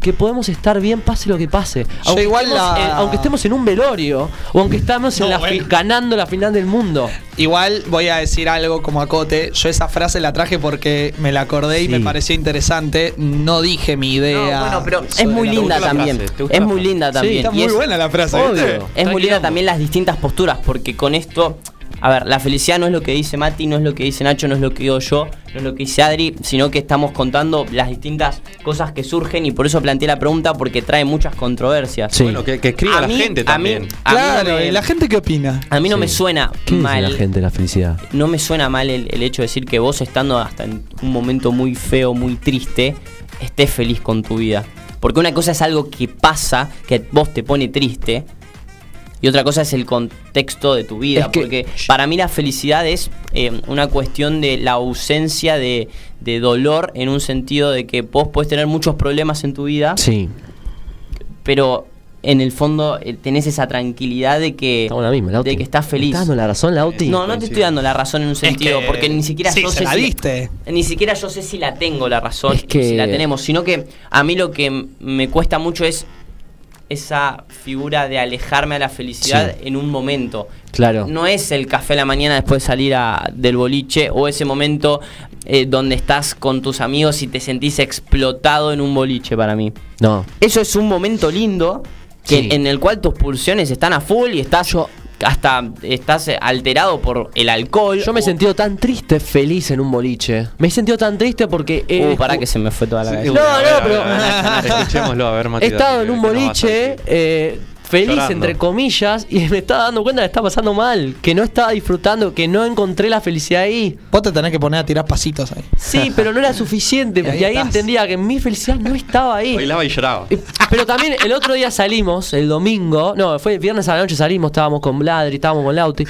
[SPEAKER 1] que podemos estar bien pase lo que pase. Aunque,
[SPEAKER 2] igual
[SPEAKER 1] estemos,
[SPEAKER 2] la-
[SPEAKER 1] en, aunque estemos en un velorio o
[SPEAKER 4] Mm.
[SPEAKER 1] aunque estamos en
[SPEAKER 2] No,
[SPEAKER 1] la fi-
[SPEAKER 2] bueno.
[SPEAKER 1] ganando la final del mundo.
[SPEAKER 2] Igual voy a decir algo como acote. Yo esa frase la traje porque me la acordé y
[SPEAKER 1] Sí.
[SPEAKER 2] me pareció interesante. No dije mi idea.
[SPEAKER 4] No, bueno, pero es
[SPEAKER 2] sobre
[SPEAKER 4] muy
[SPEAKER 2] la-
[SPEAKER 3] ¿Te
[SPEAKER 4] linda
[SPEAKER 3] gusta la
[SPEAKER 4] también.
[SPEAKER 3] frase? ¿Te gusta
[SPEAKER 4] Es
[SPEAKER 3] la
[SPEAKER 4] muy
[SPEAKER 3] frase?
[SPEAKER 4] linda
[SPEAKER 2] Sí,
[SPEAKER 4] también.
[SPEAKER 2] está
[SPEAKER 4] Y
[SPEAKER 2] muy
[SPEAKER 4] es-
[SPEAKER 2] buena la frase. ¿viste?
[SPEAKER 1] Obvio.
[SPEAKER 4] Es muy
[SPEAKER 1] Tranquilamos.
[SPEAKER 4] linda también las distintas posturas, porque con esto a ver, la felicidad no es lo que dice Mati, no es lo que dice Nacho, no es lo que digo yo, no es lo que dice Adri, sino que estamos contando las distintas cosas que surgen y por eso planteé la pregunta porque trae muchas controversias.
[SPEAKER 1] Sí.
[SPEAKER 3] Bueno, que, que escriba
[SPEAKER 4] A
[SPEAKER 3] la
[SPEAKER 4] mí-
[SPEAKER 3] gente
[SPEAKER 4] a mí-
[SPEAKER 3] también.
[SPEAKER 4] a mí no
[SPEAKER 2] Claro,
[SPEAKER 4] me-
[SPEAKER 2] ¿y la gente qué opina?
[SPEAKER 4] A mí no
[SPEAKER 1] Sí.
[SPEAKER 4] me suena
[SPEAKER 1] ¿Qué dice
[SPEAKER 4] mal.
[SPEAKER 1] la gente de la felicidad?
[SPEAKER 4] No me suena mal el, el hecho de decir que vos estando hasta en un momento muy feo, muy triste, estés feliz con tu vida. Porque una cosa es algo que pasa, que vos te pone triste, y otra cosa es el contexto de tu vida.
[SPEAKER 1] Es que-
[SPEAKER 4] porque para mí la felicidad es eh, una cuestión de la ausencia de, de dolor en un sentido de que vos puedes tener muchos problemas en tu vida,
[SPEAKER 1] Sí.
[SPEAKER 4] pero en el fondo eh, tenés esa tranquilidad de que,
[SPEAKER 1] Estamos en la misma, Lauti.
[SPEAKER 4] de que estás feliz.
[SPEAKER 1] ¿Estás dando la razón, Lauti?
[SPEAKER 4] No, no te
[SPEAKER 3] coincido.
[SPEAKER 4] estoy dando la razón en un sentido,
[SPEAKER 2] que-
[SPEAKER 4] porque ni siquiera
[SPEAKER 2] sí,
[SPEAKER 4] yo
[SPEAKER 2] se
[SPEAKER 4] sé
[SPEAKER 2] la
[SPEAKER 4] si
[SPEAKER 2] diste.
[SPEAKER 4] ni siquiera yo sé si la tengo la razón,
[SPEAKER 1] Es que-
[SPEAKER 4] si la tenemos, sino que a mí lo que m- me cuesta mucho es esa figura de alejarme a la felicidad en un momento.
[SPEAKER 1] Claro.
[SPEAKER 4] No es el café a la mañana después de salir a- del boliche o ese momento eh, donde estás con tus amigos y te sentís explotado en un boliche para mí.
[SPEAKER 1] No.
[SPEAKER 4] Eso es un momento lindo que-
[SPEAKER 1] Sí.
[SPEAKER 4] en el cual tus pulsiones están a full y estás hasta estás eh, alterado por el alcohol.
[SPEAKER 1] Yo me he
[SPEAKER 4] o-
[SPEAKER 1] sentido tan triste, feliz en un boliche. Me he sentido tan triste porque.
[SPEAKER 4] Uh,
[SPEAKER 1] he
[SPEAKER 4] pará
[SPEAKER 1] escu-
[SPEAKER 4] que se me fue toda la
[SPEAKER 3] Sí,
[SPEAKER 4] cabeza.
[SPEAKER 1] eh, No,
[SPEAKER 3] a ver,
[SPEAKER 1] no,
[SPEAKER 3] a ver,
[SPEAKER 1] pero-
[SPEAKER 3] a ver, Nacho, Nacho, Escuchémoslo, a ver,
[SPEAKER 1] He
[SPEAKER 3] Matías.
[SPEAKER 1] estado en un boliche, eh, feliz
[SPEAKER 3] Llorando.
[SPEAKER 1] entre comillas, y me estaba dando cuenta que está pasando mal, que no estaba disfrutando, que no encontré la felicidad ahí.
[SPEAKER 2] Vos te tenés que poner a tirar pasitos ahí.
[SPEAKER 1] Sí, pero no era suficiente.
[SPEAKER 2] Y ahí
[SPEAKER 1] y ahí
[SPEAKER 2] estás.
[SPEAKER 1] entendía que mi felicidad no estaba ahí.
[SPEAKER 3] Bailaba y lloraba.
[SPEAKER 1] Y- Pero también el otro día salimos, el domingo, no, fue el viernes a la noche salimos, estábamos con Bladri, estábamos con Lauti,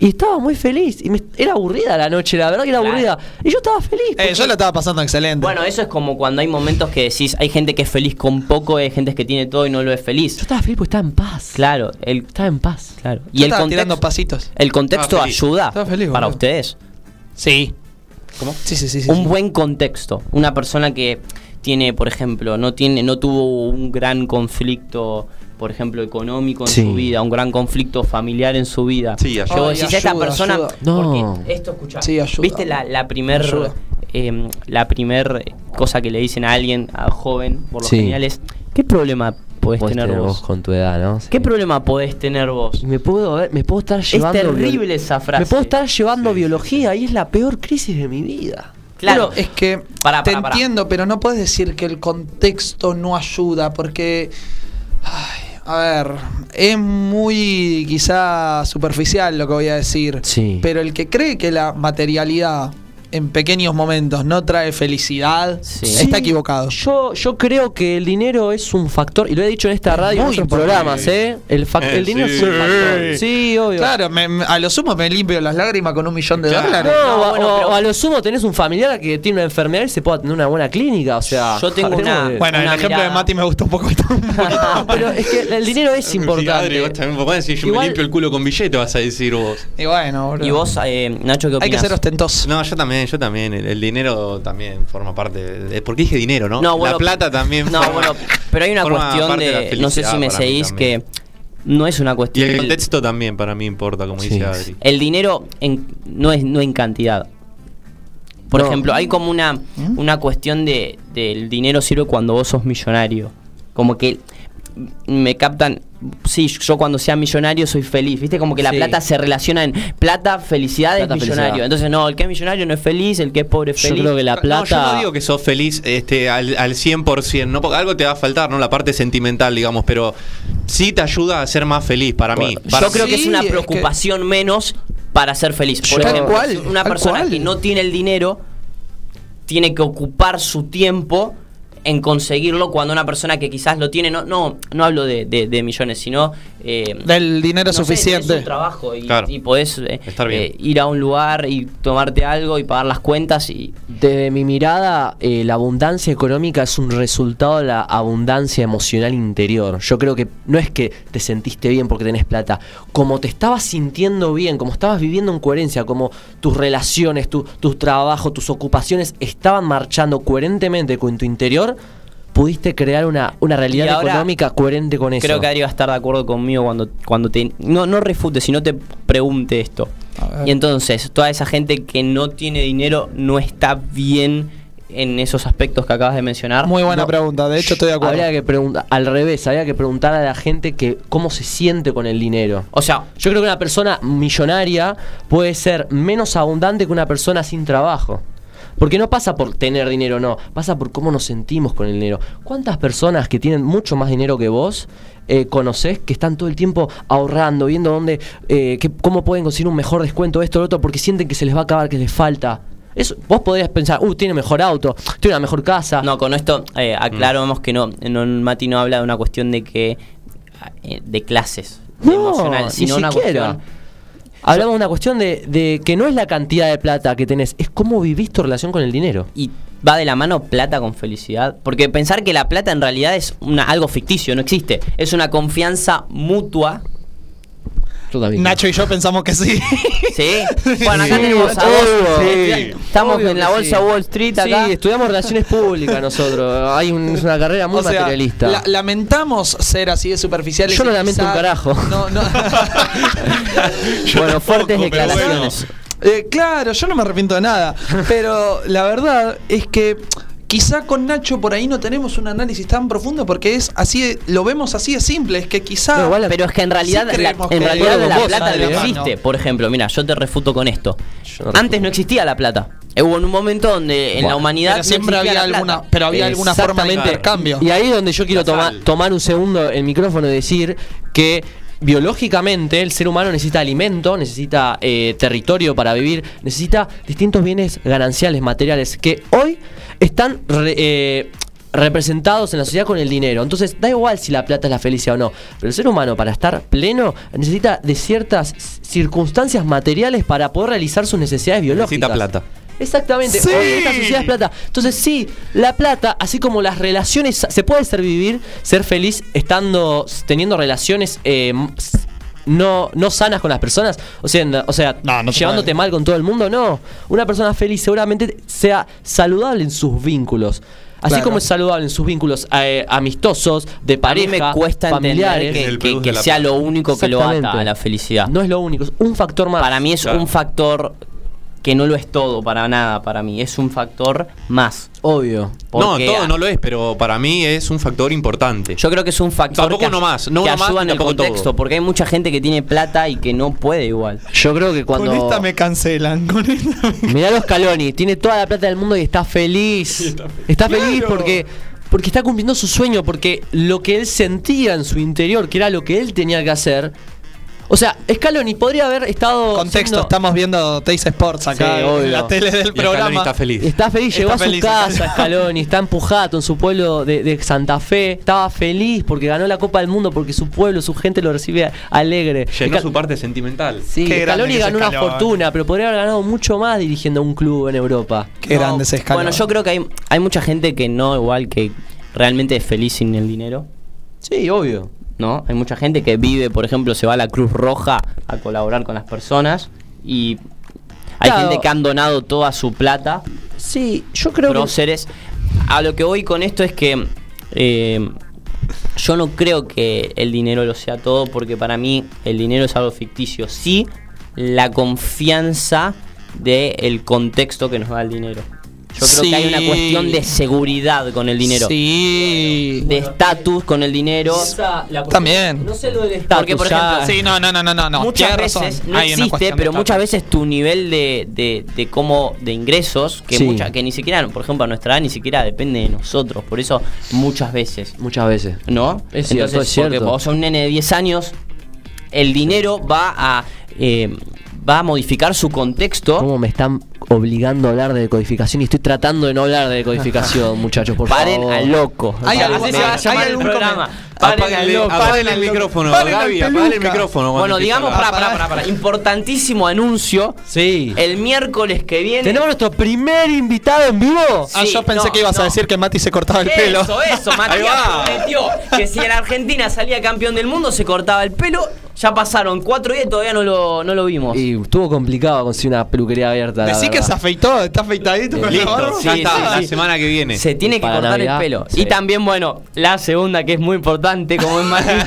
[SPEAKER 1] y estaba muy feliz. Y me- era aburrida la noche, la verdad que era
[SPEAKER 4] Claro.
[SPEAKER 1] aburrida. Y yo estaba feliz.
[SPEAKER 2] Eh, yo lo estaba pasando excelente.
[SPEAKER 4] Bueno, eh, eso es como cuando hay momentos que decís, hay gente que es feliz con poco, hay gente que tiene todo y no lo es
[SPEAKER 1] Yo
[SPEAKER 4] feliz.
[SPEAKER 1] estaba feliz porque estaba en paz.
[SPEAKER 4] Claro, el
[SPEAKER 1] Estaba en paz.
[SPEAKER 4] claro.
[SPEAKER 2] Yo estaba tirando pasitos.
[SPEAKER 4] el contexto
[SPEAKER 3] Estaba feliz.
[SPEAKER 4] ayuda
[SPEAKER 2] Estaba feliz,
[SPEAKER 4] para
[SPEAKER 2] boludo.
[SPEAKER 4] ustedes.
[SPEAKER 2] Sí. ¿Cómo? Sí, sí, sí. sí,
[SPEAKER 4] un
[SPEAKER 2] sí.
[SPEAKER 4] buen contexto. Una persona que tiene, por ejemplo, no tiene, no tuvo un gran conflicto, por ejemplo, económico en
[SPEAKER 1] Sí.
[SPEAKER 4] su vida, un gran conflicto familiar en su vida.
[SPEAKER 3] Sí, ayuda.
[SPEAKER 4] Que vos
[SPEAKER 2] Ay,
[SPEAKER 4] decís, esta
[SPEAKER 2] ayuda,
[SPEAKER 4] persona.
[SPEAKER 2] ayuda.
[SPEAKER 1] No.
[SPEAKER 4] porque esto escuchá,
[SPEAKER 2] Sí, ayuda.
[SPEAKER 4] ¿Viste la, la primer
[SPEAKER 2] Ayuda.
[SPEAKER 4] eh, la primer cosa que le dicen a alguien a joven, por lo
[SPEAKER 1] Sí.
[SPEAKER 4] general es ¿qué problema podés
[SPEAKER 1] Podés
[SPEAKER 4] tener
[SPEAKER 1] tener
[SPEAKER 4] vos?
[SPEAKER 1] con tu edad, ¿no?
[SPEAKER 4] ¿Qué
[SPEAKER 1] Sí.
[SPEAKER 4] problema podés tener vos?
[SPEAKER 1] Y Me puedo, ver- me puedo estar llevando.
[SPEAKER 4] terrible
[SPEAKER 1] bio-
[SPEAKER 4] esa frase.
[SPEAKER 1] Me puedo estar llevando
[SPEAKER 3] Sí, sí,
[SPEAKER 1] biología y es la peor crisis de mi vida.
[SPEAKER 4] Claro.
[SPEAKER 2] Bueno, es que
[SPEAKER 4] Pará,
[SPEAKER 2] te
[SPEAKER 4] pará, pará.
[SPEAKER 2] entiendo, pero no puedes decir que el contexto no ayuda, porque. ay, a ver, es muy quizá superficial lo que voy a decir.
[SPEAKER 1] Sí.
[SPEAKER 2] Pero el que cree que la materialidad en pequeños momentos no trae felicidad,
[SPEAKER 4] Sí.
[SPEAKER 2] está equivocado.
[SPEAKER 1] Yo, yo creo que el dinero es un factor, y lo he dicho en esta radio y en
[SPEAKER 2] Muy
[SPEAKER 1] otros
[SPEAKER 2] importante.
[SPEAKER 1] programas, ¿eh? El, fac-
[SPEAKER 3] Eh,
[SPEAKER 1] el dinero
[SPEAKER 3] sí.
[SPEAKER 1] es un factor. Sí, obvio.
[SPEAKER 2] Claro, me- me- a lo sumo me limpio las lágrimas con un millón de
[SPEAKER 3] Claro.
[SPEAKER 1] No,
[SPEAKER 2] dólares.
[SPEAKER 1] o,
[SPEAKER 4] No, bueno,
[SPEAKER 1] o-
[SPEAKER 4] pero-
[SPEAKER 1] o a lo sumo tenés un familiar que tiene una enfermedad y se pueda tener una buena clínica, o sea.
[SPEAKER 4] Yo tengo
[SPEAKER 1] hablemos
[SPEAKER 4] una-
[SPEAKER 1] de-
[SPEAKER 2] Bueno, el
[SPEAKER 4] Una
[SPEAKER 2] ejemplo de
[SPEAKER 4] mirada.
[SPEAKER 2] Mati me gustó un poco.
[SPEAKER 1] Pero es que el dinero es
[SPEAKER 3] Sí, Adri,
[SPEAKER 1] importante.
[SPEAKER 3] vos también vos podés decir, yo
[SPEAKER 1] Igual-
[SPEAKER 3] me limpio el culo con billete, vas a decir vos.
[SPEAKER 2] y bueno, boludo.
[SPEAKER 4] Y vos, eh, Nacho, ¿qué opinas?
[SPEAKER 2] Hay que ser ostentoso.
[SPEAKER 3] No, yo también, yo también. El, el dinero también forma parte. De, porque dije dinero, ¿no?
[SPEAKER 4] No, bueno,
[SPEAKER 3] la plata también.
[SPEAKER 4] No,
[SPEAKER 3] forma-
[SPEAKER 4] bueno, pero hay una
[SPEAKER 3] forma
[SPEAKER 4] cuestión
[SPEAKER 3] parte
[SPEAKER 4] de.
[SPEAKER 3] la
[SPEAKER 4] no sé si
[SPEAKER 3] felicidad
[SPEAKER 4] me
[SPEAKER 3] para mí
[SPEAKER 4] seguís
[SPEAKER 3] también.
[SPEAKER 4] que. No es una
[SPEAKER 3] Y
[SPEAKER 4] cuestión.
[SPEAKER 3] el contexto también para mí importa, como
[SPEAKER 1] Sí.
[SPEAKER 3] dice Adri.
[SPEAKER 4] el dinero en- no es no en cantidad. Por
[SPEAKER 1] No. ¿Mm?
[SPEAKER 4] ejemplo, hay como una, una cuestión de del dinero sirve cuando vos sos millonario. Como que me captan, sí, yo cuando sea millonario soy feliz, ¿viste? Como que la
[SPEAKER 1] Sí.
[SPEAKER 4] plata se relaciona en plata, felicidad
[SPEAKER 1] Plata,
[SPEAKER 4] es millonario.
[SPEAKER 1] felicidad.
[SPEAKER 4] Entonces, no, el que es millonario no es feliz, el que es pobre es
[SPEAKER 1] Yo
[SPEAKER 4] feliz.
[SPEAKER 1] creo que la
[SPEAKER 3] No, yo
[SPEAKER 1] plata-
[SPEAKER 3] no digo que sos feliz este, al, al 100%, ¿no? Porque algo te va a faltar, ¿no? La parte sentimental, digamos, pero sí te ayuda a ser más feliz para mí.
[SPEAKER 1] Bueno, yo
[SPEAKER 3] Para
[SPEAKER 4] Yo creo
[SPEAKER 3] mí.
[SPEAKER 4] que es
[SPEAKER 2] Sí,
[SPEAKER 4] una
[SPEAKER 2] es que-
[SPEAKER 4] preocupación menos para ser feliz. Por
[SPEAKER 1] Yo-
[SPEAKER 2] Tal
[SPEAKER 4] ejemplo,
[SPEAKER 2] cual,
[SPEAKER 4] una
[SPEAKER 2] tal
[SPEAKER 4] persona
[SPEAKER 2] cual.
[SPEAKER 4] que no tiene el dinero tiene que ocupar su tiempo en conseguirlo cuando una persona que quizás lo tiene, no, no, no hablo de, de- de millones, sino eh,
[SPEAKER 2] Del dinero
[SPEAKER 4] no sé,
[SPEAKER 2] suficiente.
[SPEAKER 4] tenés un trabajo y,
[SPEAKER 3] Claro.
[SPEAKER 4] y podés eh,
[SPEAKER 3] Estar bien.
[SPEAKER 4] eh, ir a un lugar y tomarte algo y pagar las cuentas y
[SPEAKER 1] Desde mi mirada, eh, la abundancia económica es un resultado de la abundancia emocional interior. Yo creo que no es que te sentiste bien porque tenés plata. Como te estabas sintiendo bien, como estabas viviendo en coherencia, como tus relaciones, tu, tu trabajo, tus ocupaciones estaban marchando coherentemente con tu interior, pudiste crear una, una realidad
[SPEAKER 4] Y ahora
[SPEAKER 1] económica coherente con eso.
[SPEAKER 4] creo que Ari va a estar de acuerdo conmigo cuando, cuando te... No, no refute, sino te pregunte esto.
[SPEAKER 2] A ver.
[SPEAKER 4] Y entonces, toda esa gente que no tiene dinero no está bien en esos aspectos que acabas de mencionar.
[SPEAKER 2] Muy buena
[SPEAKER 1] No.
[SPEAKER 2] pregunta, de hecho estoy de acuerdo.
[SPEAKER 1] Habría que preguntar, al revés, habría que preguntar a la gente que cómo se siente con el dinero.
[SPEAKER 4] O sea,
[SPEAKER 1] Yo creo que una persona millonaria puede ser menos abundante que una persona sin trabajo. Porque no pasa por tener dinero, no. Pasa por cómo nos sentimos con el dinero. ¿Cuántas personas que tienen mucho más dinero que vos eh, conoces que están todo el tiempo ahorrando, viendo dónde, eh, qué- cómo pueden conseguir un mejor descuento, esto, lo otro, porque sienten que se les va a acabar, que les falta? Eso, vos podrías pensar, uh, tiene mejor auto, tiene una mejor casa.
[SPEAKER 4] No, con esto eh, aclaramos que no, no, Mati no habla de una cuestión de que eh, de clases, de
[SPEAKER 1] No,
[SPEAKER 4] emocional,
[SPEAKER 1] ni
[SPEAKER 4] sino una
[SPEAKER 1] siquiera.
[SPEAKER 4] cuestión
[SPEAKER 1] Hablamos de una cuestión de, de que no es la cantidad de plata que tenés, es cómo vivís tu relación con el dinero.
[SPEAKER 4] y va de la mano plata con felicidad, porque pensar que la plata en realidad es una, algo ficticio, no existe, es una confianza mutua,
[SPEAKER 1] Yo también.
[SPEAKER 2] Nacho y yo pensamos que sí.
[SPEAKER 4] ¿sí? Bueno, acá
[SPEAKER 1] Sí,
[SPEAKER 4] tenemos a
[SPEAKER 1] obvio,
[SPEAKER 4] vos,
[SPEAKER 1] sí.
[SPEAKER 4] eh, estamos
[SPEAKER 1] Obvio
[SPEAKER 4] en la
[SPEAKER 1] que
[SPEAKER 4] bolsa
[SPEAKER 1] sí.
[SPEAKER 4] Wall Street
[SPEAKER 1] Sí,
[SPEAKER 4] acá.
[SPEAKER 1] estudiamos relaciones públicas nosotros. Hay un- es una carrera muy
[SPEAKER 2] O sea,
[SPEAKER 1] materialista.
[SPEAKER 2] la- lamentamos ser así de superficiales.
[SPEAKER 1] Yo no
[SPEAKER 2] y
[SPEAKER 1] lamento un
[SPEAKER 2] quizá-
[SPEAKER 1] carajo.
[SPEAKER 2] No, no.
[SPEAKER 1] bueno, fuertes
[SPEAKER 3] tampoco, pero
[SPEAKER 1] declaraciones.
[SPEAKER 2] Eh, claro, yo no me arrepiento de nada. Pero la verdad es que quizá con Nacho por ahí no tenemos un análisis tan profundo porque es así, de- lo vemos así de simple. Es que quizá.
[SPEAKER 1] No, igual la-
[SPEAKER 4] Pero es que en realidad,
[SPEAKER 2] Sí
[SPEAKER 4] la,
[SPEAKER 2] creemos
[SPEAKER 4] en
[SPEAKER 2] que-
[SPEAKER 4] realidad
[SPEAKER 1] Bueno,
[SPEAKER 4] la
[SPEAKER 1] vos
[SPEAKER 4] plata
[SPEAKER 1] dale,
[SPEAKER 4] no
[SPEAKER 1] ¿eh?
[SPEAKER 4] existe. Por ejemplo, mira, yo te refuto con esto.
[SPEAKER 1] Yo no
[SPEAKER 4] Antes no existía la plata. Eh, Hubo un momento donde en
[SPEAKER 1] Bueno,
[SPEAKER 4] la humanidad
[SPEAKER 2] pero
[SPEAKER 4] no
[SPEAKER 2] siempre
[SPEAKER 4] existía
[SPEAKER 2] había
[SPEAKER 4] la plata.
[SPEAKER 2] alguna, pero había alguna forma de
[SPEAKER 1] Exactamente.
[SPEAKER 2] intercambio.
[SPEAKER 1] Y ahí es donde yo quiero
[SPEAKER 3] La
[SPEAKER 1] toma-
[SPEAKER 3] sal.
[SPEAKER 1] tomar un segundo el micrófono y decir que biológicamente el ser humano necesita alimento, necesita eh, territorio para vivir, necesita distintos bienes gananciales, materiales, que hoy están... re- eh, representados en la sociedad con el dinero. Entonces, da igual si la plata es la felicidad o no, pero el ser humano para estar pleno necesita de ciertas circunstancias materiales para poder realizar sus necesidades biológicas.
[SPEAKER 3] plata.
[SPEAKER 1] Exactamente,
[SPEAKER 2] Sí.
[SPEAKER 1] hoy esta sociedad es plata. Entonces, sí, la plata, así como las relaciones, se puede ser vivir, ser feliz estando, teniendo relaciones eh, m- s- no, no sanas con las personas. O sea, en- o sea
[SPEAKER 2] No, no se
[SPEAKER 1] llevándote
[SPEAKER 2] puede.
[SPEAKER 1] mal con todo el mundo, no. Una persona feliz seguramente sea saludable en sus vínculos. Así
[SPEAKER 2] Claro.
[SPEAKER 1] como es saludable en sus vínculos eh, amistosos, de
[SPEAKER 4] A mí
[SPEAKER 1] pareja,
[SPEAKER 4] me cuesta entender
[SPEAKER 1] familiares.
[SPEAKER 3] Es
[SPEAKER 4] que,
[SPEAKER 3] el
[SPEAKER 4] que-
[SPEAKER 3] plus de
[SPEAKER 4] que
[SPEAKER 3] la
[SPEAKER 4] sea
[SPEAKER 3] plata.
[SPEAKER 4] lo único que lo ata
[SPEAKER 1] Exactamente.
[SPEAKER 4] a la felicidad.
[SPEAKER 1] No es lo único, es un factor más.
[SPEAKER 4] para mí es
[SPEAKER 3] Claro.
[SPEAKER 4] un factor que no lo es todo para nada. Para mí es un factor más.
[SPEAKER 1] obvio.
[SPEAKER 3] No,
[SPEAKER 4] Porque
[SPEAKER 3] todo no lo es, pero para mí es un factor importante.
[SPEAKER 4] Yo creo que es un factor
[SPEAKER 3] Tampoco
[SPEAKER 4] que,
[SPEAKER 3] uno
[SPEAKER 4] ay-
[SPEAKER 3] más, no
[SPEAKER 4] que
[SPEAKER 3] uno más,
[SPEAKER 4] ayuda en el
[SPEAKER 3] tampoco todo.
[SPEAKER 4] contexto, porque hay mucha gente que tiene plata y que no puede igual.
[SPEAKER 1] Yo creo que cuando.
[SPEAKER 2] cancelan. Con esta me-
[SPEAKER 1] Mirá los Scaloni, tiene toda la plata del mundo y está feliz. está feliz, porque, porque está cumpliendo su sueño, porque lo que él sentía en su interior, que era lo que él tenía que hacer. O sea, Scaloni podría haber estado.
[SPEAKER 2] Contexto,
[SPEAKER 1] siendo-
[SPEAKER 2] estamos viendo Teis Sports acá
[SPEAKER 1] Sí, obvio.
[SPEAKER 2] en la tele del
[SPEAKER 3] y Scaloni
[SPEAKER 2] programa.
[SPEAKER 3] está feliz.
[SPEAKER 1] Está feliz, llegó
[SPEAKER 2] Está
[SPEAKER 1] a su
[SPEAKER 2] feliz,
[SPEAKER 1] casa
[SPEAKER 2] Scaloni.
[SPEAKER 1] Scaloni, está en Pujato, en su pueblo de, de Santa Fe. Estaba feliz porque ganó la Copa del Mundo, porque su pueblo, su gente lo recibe alegre.
[SPEAKER 3] Llenó
[SPEAKER 1] Esca-
[SPEAKER 3] su parte sentimental.
[SPEAKER 1] Sí,
[SPEAKER 2] Qué grande
[SPEAKER 1] Scaloni
[SPEAKER 2] que es
[SPEAKER 1] ganó una
[SPEAKER 2] Scaloni.
[SPEAKER 1] fortuna, pero podría haber ganado mucho más dirigiendo un club en Europa.
[SPEAKER 2] Qué
[SPEAKER 4] No,
[SPEAKER 2] grande ese escalón.
[SPEAKER 4] Bueno, yo creo que hay, hay mucha gente que no igual que realmente es feliz sin el dinero.
[SPEAKER 1] Sí, obvio.
[SPEAKER 4] ¿no? Hay mucha gente que vive, por ejemplo, se va a la Cruz Roja a colaborar con las personas y hay
[SPEAKER 1] Claro.
[SPEAKER 4] gente que han donado toda su plata,
[SPEAKER 1] Sí, yo creo que.
[SPEAKER 4] próceres. A lo que voy con esto es que eh, yo no creo que el dinero lo sea todo porque para mí el dinero es algo ficticio. Sí, la confianza del contexto que nos da el dinero. Yo creo que hay una
[SPEAKER 2] Sí.
[SPEAKER 4] cuestión de seguridad con el dinero.
[SPEAKER 2] Sí.
[SPEAKER 4] De estatus con el dinero.
[SPEAKER 2] También.
[SPEAKER 1] No sé lo del estatus.
[SPEAKER 4] Porque, por
[SPEAKER 1] ya-
[SPEAKER 4] ejemplo,
[SPEAKER 2] Sí, no, no, no, Ah, no, no, no.
[SPEAKER 4] muchas
[SPEAKER 2] tienes
[SPEAKER 4] veces
[SPEAKER 2] razón.
[SPEAKER 4] no
[SPEAKER 2] Hay una
[SPEAKER 4] existe,
[SPEAKER 2] cuestión de
[SPEAKER 4] pero
[SPEAKER 2] estatus.
[SPEAKER 4] muchas veces tu nivel de, de, de cómo de ingresos que
[SPEAKER 1] Sí.
[SPEAKER 4] mucha- que ni siquiera, por ejemplo, a nuestra edad ni siquiera depende de nosotros, por eso muchas veces,
[SPEAKER 1] Muchas veces.
[SPEAKER 4] ¿no?
[SPEAKER 1] Es cierto, es cierto.
[SPEAKER 4] porque vos sos un nene de 10 años, el dinero va a eh, va a modificar su contexto.
[SPEAKER 1] ¿Cómo me están obligando a hablar de decodificación? Y estoy tratando de no hablar de decodificación, muchachos, por
[SPEAKER 4] Paren
[SPEAKER 1] favor.
[SPEAKER 4] al loco.
[SPEAKER 2] Hay
[SPEAKER 4] Así
[SPEAKER 2] algún-
[SPEAKER 4] se va a
[SPEAKER 2] hay
[SPEAKER 4] llamar el
[SPEAKER 2] algún
[SPEAKER 4] programa.
[SPEAKER 2] comentario.
[SPEAKER 4] Paren al
[SPEAKER 3] Apáguenle-
[SPEAKER 4] loco.
[SPEAKER 3] apáguenle el micrófono,
[SPEAKER 2] Apáguenle la
[SPEAKER 3] Gaby, apáguenle el
[SPEAKER 2] peluca.
[SPEAKER 3] micrófono. cuando
[SPEAKER 4] Bueno,
[SPEAKER 3] empieza a
[SPEAKER 4] digamos,
[SPEAKER 2] Ah,
[SPEAKER 3] hablar.
[SPEAKER 4] para, para, para, importantísimo anuncio.
[SPEAKER 1] Sí.
[SPEAKER 4] El miércoles que viene.
[SPEAKER 1] ¿Tenemos nuestro primer invitado en vivo?
[SPEAKER 2] Ah,
[SPEAKER 4] Sí,
[SPEAKER 2] yo pensé
[SPEAKER 4] no,
[SPEAKER 2] que ibas
[SPEAKER 4] no.
[SPEAKER 2] a decir que Mati se cortaba el pelo.
[SPEAKER 4] Eso, eso,
[SPEAKER 3] Ahí
[SPEAKER 4] Matías
[SPEAKER 3] va.
[SPEAKER 4] prometió que si en Argentina salía campeón del mundo se cortaba el pelo. Ya pasaron cuatro días y todavía no lo, no lo vimos.
[SPEAKER 1] Y estuvo complicado conseguir una peluquería abierta. la
[SPEAKER 2] Decí que
[SPEAKER 1] verdad.
[SPEAKER 2] se afeitó, está afeitadito con la barba.
[SPEAKER 3] Listo, ya
[SPEAKER 4] Sí,
[SPEAKER 3] está,
[SPEAKER 4] sí,
[SPEAKER 3] la
[SPEAKER 4] sí.
[SPEAKER 3] semana que viene.
[SPEAKER 4] se tiene que
[SPEAKER 1] Para
[SPEAKER 4] cortar
[SPEAKER 1] Navidad,
[SPEAKER 4] el pelo.
[SPEAKER 1] sí.
[SPEAKER 4] Y también, bueno, la segunda que es muy importante, como es Matías.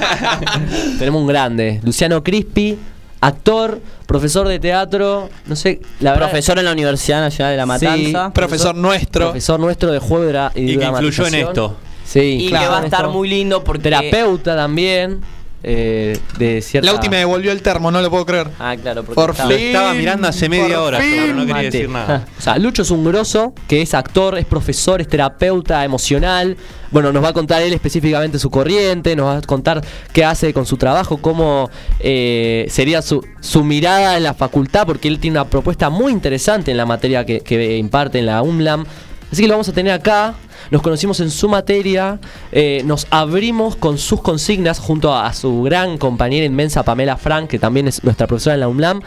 [SPEAKER 1] Tenemos un grande. Luciano Crispi, actor, profesor de teatro, no sé, la verdad.
[SPEAKER 4] Profesor en la Universidad Nacional de La Matanza.
[SPEAKER 2] Profesor nuestro.
[SPEAKER 1] Profesor nuestro de juego y dra- y,
[SPEAKER 3] Y que influyó
[SPEAKER 1] dramatización.
[SPEAKER 3] en esto.
[SPEAKER 1] Sí,
[SPEAKER 4] y
[SPEAKER 1] claro.
[SPEAKER 4] que va a estar
[SPEAKER 1] Esto.
[SPEAKER 4] muy lindo porque.
[SPEAKER 1] Terapeuta también. eh, de cierta.
[SPEAKER 2] La última devolvió el termo, no lo puedo creer.
[SPEAKER 4] Ah, claro, porque
[SPEAKER 2] Por
[SPEAKER 4] está-
[SPEAKER 3] Lo estaba mirando hace media hora, pero no quería
[SPEAKER 1] Mate.
[SPEAKER 3] decir nada.
[SPEAKER 1] O sea, Lucho es un grosso, que es actor, es profesor, es terapeuta emocional. Bueno, nos va a contar él específicamente su corriente, nos va a contar qué hace con su trabajo, cómo eh, sería su, su mirada en la facultad, porque él tiene una propuesta muy interesante en la materia que, que imparte en la UMLAM. Así que lo vamos a tener acá. Nos conocimos en su materia, eh, nos abrimos con sus consignas junto a, a su gran compañera inmensa Pamela Frank, que también es nuestra profesora en la UMLAM.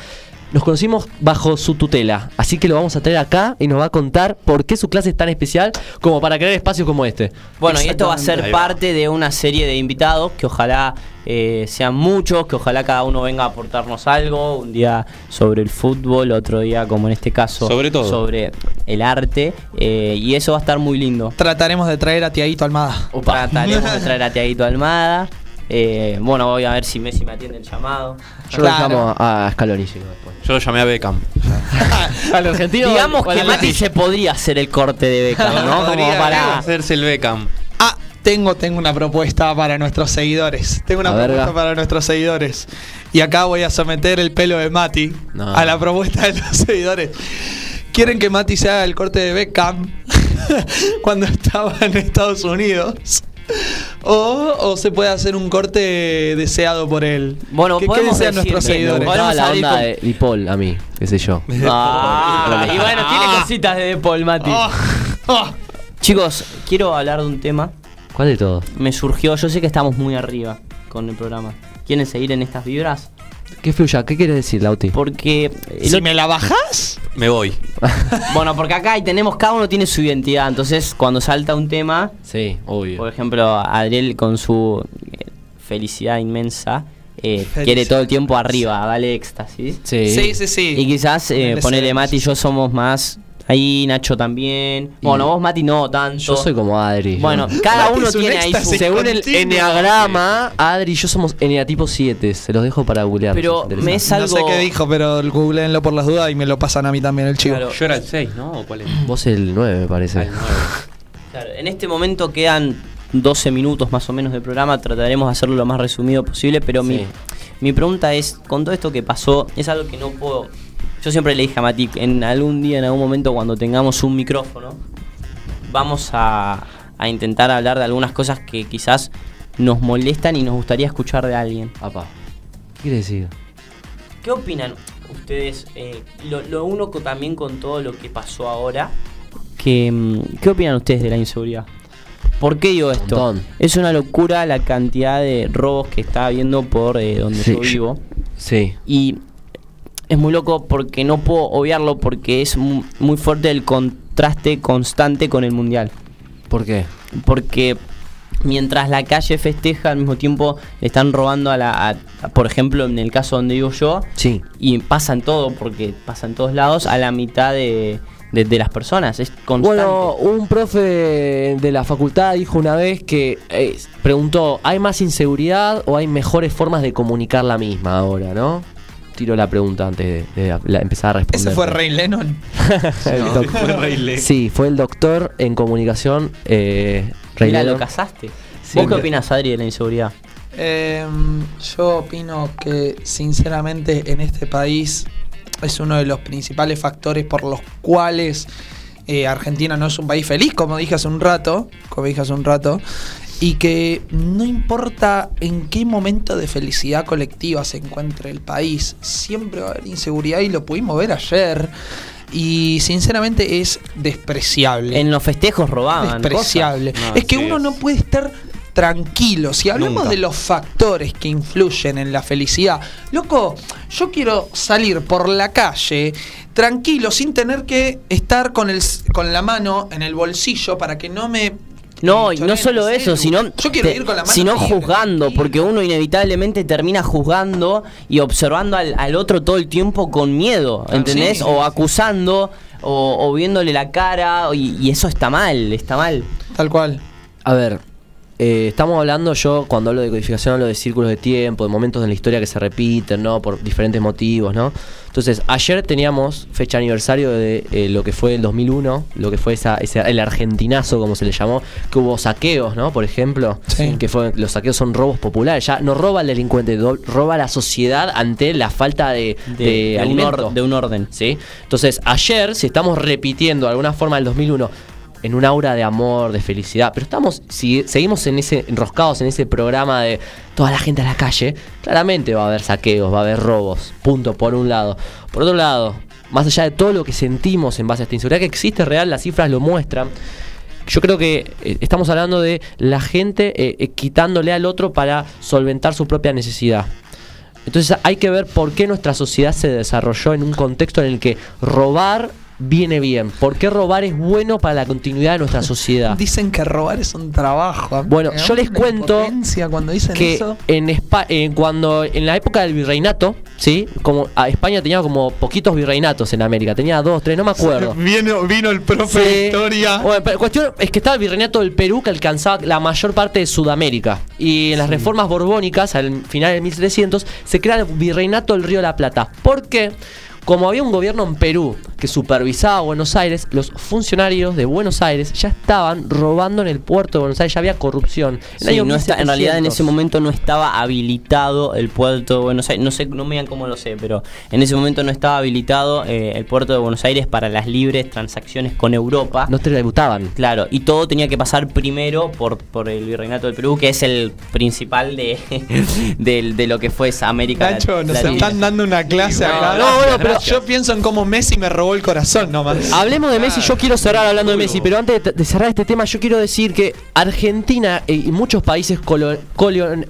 [SPEAKER 1] Nos conocimos bajo su tutela, así que lo vamos a traer acá y nos va a contar por qué su clase es tan especial como para crear espacios como este.
[SPEAKER 4] Bueno, y esto va a ser
[SPEAKER 3] Ahí va.
[SPEAKER 4] parte de una serie de invitados que ojalá eh, sean muchos, que ojalá cada uno venga a aportarnos algo, un día sobre el fútbol, otro día como en este caso
[SPEAKER 3] Sobre todo.
[SPEAKER 4] sobre el arte, eh, y eso va a estar muy lindo.
[SPEAKER 2] Trataremos de traer a Tiaguito Almada.
[SPEAKER 4] Trataremos de traer a Tiaguito Almada. eh, bueno, voy a ver si Messi me atiende el llamado.
[SPEAKER 1] Yo lo
[SPEAKER 2] Claro.
[SPEAKER 1] llamo a Scalorici después.
[SPEAKER 3] Yo lo llamé a Beckham.
[SPEAKER 1] Al argentino.
[SPEAKER 4] Digamos que Mati se podría hacer el corte de Beckham, ¿no? Como
[SPEAKER 3] Podría
[SPEAKER 4] para...
[SPEAKER 3] hacerse el Beckham.
[SPEAKER 2] Ah, tengo, tengo una propuesta para nuestros seguidores. Tengo una
[SPEAKER 1] A ver,
[SPEAKER 2] propuesta
[SPEAKER 1] Ga.
[SPEAKER 2] para nuestros seguidores. Y acá voy a someter el pelo de Mati
[SPEAKER 3] No.
[SPEAKER 2] a la propuesta de los seguidores. Quieren que Mati se haga el corte de Beckham cuando estaba en Estados Unidos. O, o se puede hacer un corte deseado por él.
[SPEAKER 4] Bueno,
[SPEAKER 2] que, que
[SPEAKER 4] podemos
[SPEAKER 2] desean
[SPEAKER 4] decir-
[SPEAKER 2] nuestros
[SPEAKER 4] Me- me
[SPEAKER 2] seguidores.
[SPEAKER 4] gustaba
[SPEAKER 1] Podemos la
[SPEAKER 4] salir
[SPEAKER 1] onda
[SPEAKER 4] con-
[SPEAKER 1] de Dipol a mí, qué sé yo.
[SPEAKER 4] Ah, y bueno, tiene cositas de De Paul, Mati.
[SPEAKER 2] Oh, oh.
[SPEAKER 4] Chicos, quiero hablar de un tema.
[SPEAKER 1] ¿Cuál de todos?
[SPEAKER 4] Me surgió, yo sé que estamos muy arriba con el programa. ¿Quieren seguir en estas vibras?
[SPEAKER 1] ¿Qué fluya? ¿Qué quieres decir, Lauti?
[SPEAKER 4] Porque. el
[SPEAKER 2] Si
[SPEAKER 4] otro-
[SPEAKER 2] me la bajas,
[SPEAKER 3] Me voy.
[SPEAKER 4] Bueno, porque acá ahí tenemos, cada uno tiene su identidad. Entonces, cuando salta un tema,
[SPEAKER 1] Sí,
[SPEAKER 4] por
[SPEAKER 1] obvio.
[SPEAKER 4] ejemplo, Adriel con su eh, felicidad inmensa, eh,
[SPEAKER 2] Felicidad
[SPEAKER 4] quiere todo el tiempo arriba, dale éxtasis.
[SPEAKER 1] Sí.
[SPEAKER 2] sí, sí, sí.
[SPEAKER 4] Y quizás eh,
[SPEAKER 2] Merecemos.
[SPEAKER 4] ponele Mati y yo somos más. Ahí Nacho también. Bueno, vos Mati no tanto.
[SPEAKER 1] Yo soy como Adri.
[SPEAKER 4] Bueno,
[SPEAKER 1] Yo-
[SPEAKER 4] cada
[SPEAKER 2] Mati
[SPEAKER 4] uno
[SPEAKER 2] es un
[SPEAKER 4] tiene ahí su.
[SPEAKER 2] éxtasis.
[SPEAKER 1] según el
[SPEAKER 2] continuo.
[SPEAKER 1] enneagrama, Adri y yo somos enneatipo 7. Se los dejo para googlear.
[SPEAKER 4] Pero
[SPEAKER 1] si les interesa.
[SPEAKER 4] me es algo-
[SPEAKER 2] No sé qué dijo, pero googleenlo por las dudas y me lo pasan a mí también el chico.
[SPEAKER 4] Claro.
[SPEAKER 3] Yo era el 6, ¿no? ¿O ¿Cuál es?
[SPEAKER 1] Vos el 9, me parece.
[SPEAKER 3] El nueve.
[SPEAKER 4] Claro, en este momento quedan 12 minutos más o menos de programa, trataremos de hacerlo lo más resumido posible, pero mi,
[SPEAKER 1] Sí.
[SPEAKER 4] mi pregunta es, con todo esto que pasó, es algo que no puedo... Yo siempre le dije a Mati, en algún día, en algún momento, cuando tengamos un micrófono, vamos a, a intentar hablar de algunas cosas que quizás nos molestan y nos gustaría escuchar de alguien.
[SPEAKER 1] Apa. ¿Qué quiere decir?
[SPEAKER 4] ¿Qué opinan ustedes? eh, lo, lo uno co- también con todo lo que pasó ahora. Que, mm, ¿Qué opinan ustedes de la inseguridad? ¿Por qué digo esto?
[SPEAKER 1] Montón.
[SPEAKER 4] Es una locura la cantidad de robos que está habiendo por eh, donde
[SPEAKER 1] Sí.
[SPEAKER 4] yo vivo.
[SPEAKER 1] Sí.
[SPEAKER 4] Y es muy loco porque no puedo obviarlo porque es mu- muy fuerte el contraste constante con el mundial
[SPEAKER 1] ¿Por qué?
[SPEAKER 4] porque mientras la calle festeja al mismo tiempo le están robando a la a- a- por ejemplo en el caso donde vivo yo
[SPEAKER 1] Sí.
[SPEAKER 4] y pasan todo porque pasan todos lados a la mitad de, de- de las personas es constante
[SPEAKER 1] Bueno, un profe de la facultad dijo una vez que eh, preguntó, ¿hay más inseguridad o hay mejores formas de comunicar la misma ahora, no? Tiro la pregunta antes de, de la- la- empezar a responder.
[SPEAKER 2] Ese fue Rey Lennon.
[SPEAKER 1] El doc- Sí, fue el doctor en comunicación eh, Rey
[SPEAKER 4] Mira,
[SPEAKER 1] Lennon.
[SPEAKER 4] lo casaste
[SPEAKER 1] Sí,
[SPEAKER 4] vos qué
[SPEAKER 1] mira.
[SPEAKER 4] opinas Adri de la inseguridad
[SPEAKER 2] Em, yo opino que sinceramente en este país es uno de los principales factores por los cuales eh, Argentina no es un país feliz, como dije hace un rato, como dije hace un rato, y que no importa en qué momento de felicidad colectiva se encuentre el país, siempre va a haber inseguridad y lo pudimos ver ayer. Y sinceramente es despreciable.
[SPEAKER 4] Ah, en los festejos robaban
[SPEAKER 2] despreciable.
[SPEAKER 3] cosas. No,
[SPEAKER 2] es que
[SPEAKER 3] así
[SPEAKER 2] uno
[SPEAKER 3] es.
[SPEAKER 2] no puede estar tranquilo. Si hablamos
[SPEAKER 3] Nunca.
[SPEAKER 2] de los factores que influyen en la felicidad, loco, yo quiero salir por la calle tranquilo sin tener que estar con el s- con la mano en el bolsillo para que no me
[SPEAKER 4] cosas. no, y
[SPEAKER 2] choreen
[SPEAKER 4] no
[SPEAKER 2] el
[SPEAKER 4] solo eso,
[SPEAKER 2] celu.
[SPEAKER 4] sino,
[SPEAKER 2] yo quiero
[SPEAKER 4] te-
[SPEAKER 2] ir con la mano
[SPEAKER 4] sino
[SPEAKER 2] libre,
[SPEAKER 4] juzgando,
[SPEAKER 2] tranquilo.
[SPEAKER 4] porque uno inevitablemente termina juzgando y observando al, al otro todo el tiempo con miedo, ¿entendés?
[SPEAKER 2] Ah, sí, sí,
[SPEAKER 4] o acusando, o, o viéndole la cara, y, y eso está mal, está mal.
[SPEAKER 2] tal cual.
[SPEAKER 1] A ver, eh, estamos hablando, yo cuando hablo de codificación hablo de círculos de tiempo, de momentos en la historia que se repiten, ¿no? Por diferentes motivos, ¿no? Entonces, ayer teníamos fecha aniversario de eh, lo que fue el 2001, lo que fue esa, ese- el argentinazo, como se le llamó, que hubo saqueos, ¿no? Por ejemplo,
[SPEAKER 2] Sí.
[SPEAKER 1] que fue, los saqueos son robos populares, ya no roba el delincuente, do- roba la sociedad ante la falta de, de,
[SPEAKER 4] de un
[SPEAKER 1] alimento.
[SPEAKER 4] or- de un orden.
[SPEAKER 1] ¿sí? Entonces, ayer, si estamos repitiendo de alguna forma el 2001 en un aura de amor, de felicidad, pero estamos, si seguimos en ese, enroscados en ese programa de toda la gente a la calle, claramente va a haber saqueos, va a haber robos, punto, por un lado. Por otro lado, más allá de todo lo que sentimos en base a esta inseguridad que existe real, las cifras lo muestran. Yo creo que eh, estamos hablando de la gente eh, eh, quitándole al otro para solventar su propia necesidad. Entonces hay que ver por qué nuestra sociedad se desarrolló en un contexto en el que robar viene bien. ¿Por qué robar es bueno para la continuidad de nuestra sociedad?
[SPEAKER 2] Dicen que robar es un trabajo. a mí
[SPEAKER 1] Ah. Bueno,
[SPEAKER 2] me
[SPEAKER 1] yo
[SPEAKER 2] da
[SPEAKER 1] les
[SPEAKER 2] una
[SPEAKER 1] cuento
[SPEAKER 2] impotencia Cuando dicen
[SPEAKER 1] que
[SPEAKER 2] eso.
[SPEAKER 1] en Espa- eh, cuando en la época del virreinato, sí, como a España tenía como poquitos virreinatos en América, tenía dos, tres, no me acuerdo.
[SPEAKER 2] Vino, vino el profe
[SPEAKER 1] Sí.
[SPEAKER 2] de historia.
[SPEAKER 1] Bueno, pero cuestión es que estaba el virreinato del Perú que alcanzaba la mayor parte de Sudamérica. Y en las reformas borbónicas, al final de 1300, se crea el virreinato del Río de la Plata. ¿Por qué? Como había un gobierno en Perú que supervisaba Buenos Aires, los funcionarios de Buenos Aires ya estaban robando en el puerto de Buenos Aires, ya había corrupción. En el
[SPEAKER 4] Sí,
[SPEAKER 1] año
[SPEAKER 4] no está- en realidad en
[SPEAKER 1] 1700.
[SPEAKER 4] ese momento no estaba habilitado el puerto de Buenos Aires. No sé, no me digan cómo lo sé, pero en ese momento no estaba habilitado eh, el puerto de Buenos Aires para las libres transacciones con Europa.
[SPEAKER 1] No tributaban.
[SPEAKER 4] Claro, y todo tenía que pasar primero por, por el virreinato del Perú, que es el principal de, del- de lo que fue esa América
[SPEAKER 2] Nacho, nos
[SPEAKER 4] Latina.
[SPEAKER 2] están dando una clase
[SPEAKER 4] No,
[SPEAKER 2] acá.
[SPEAKER 1] no, bueno, pero-
[SPEAKER 2] yo pienso en cómo Messi me robó el corazón nomás.
[SPEAKER 1] Hablemos de Messi, yo quiero cerrar hablando de
[SPEAKER 3] Uy,
[SPEAKER 1] Messi,
[SPEAKER 3] vos.
[SPEAKER 1] pero antes de, de cerrar este tema yo quiero decir que Argentina eh, y muchos países colo- colon-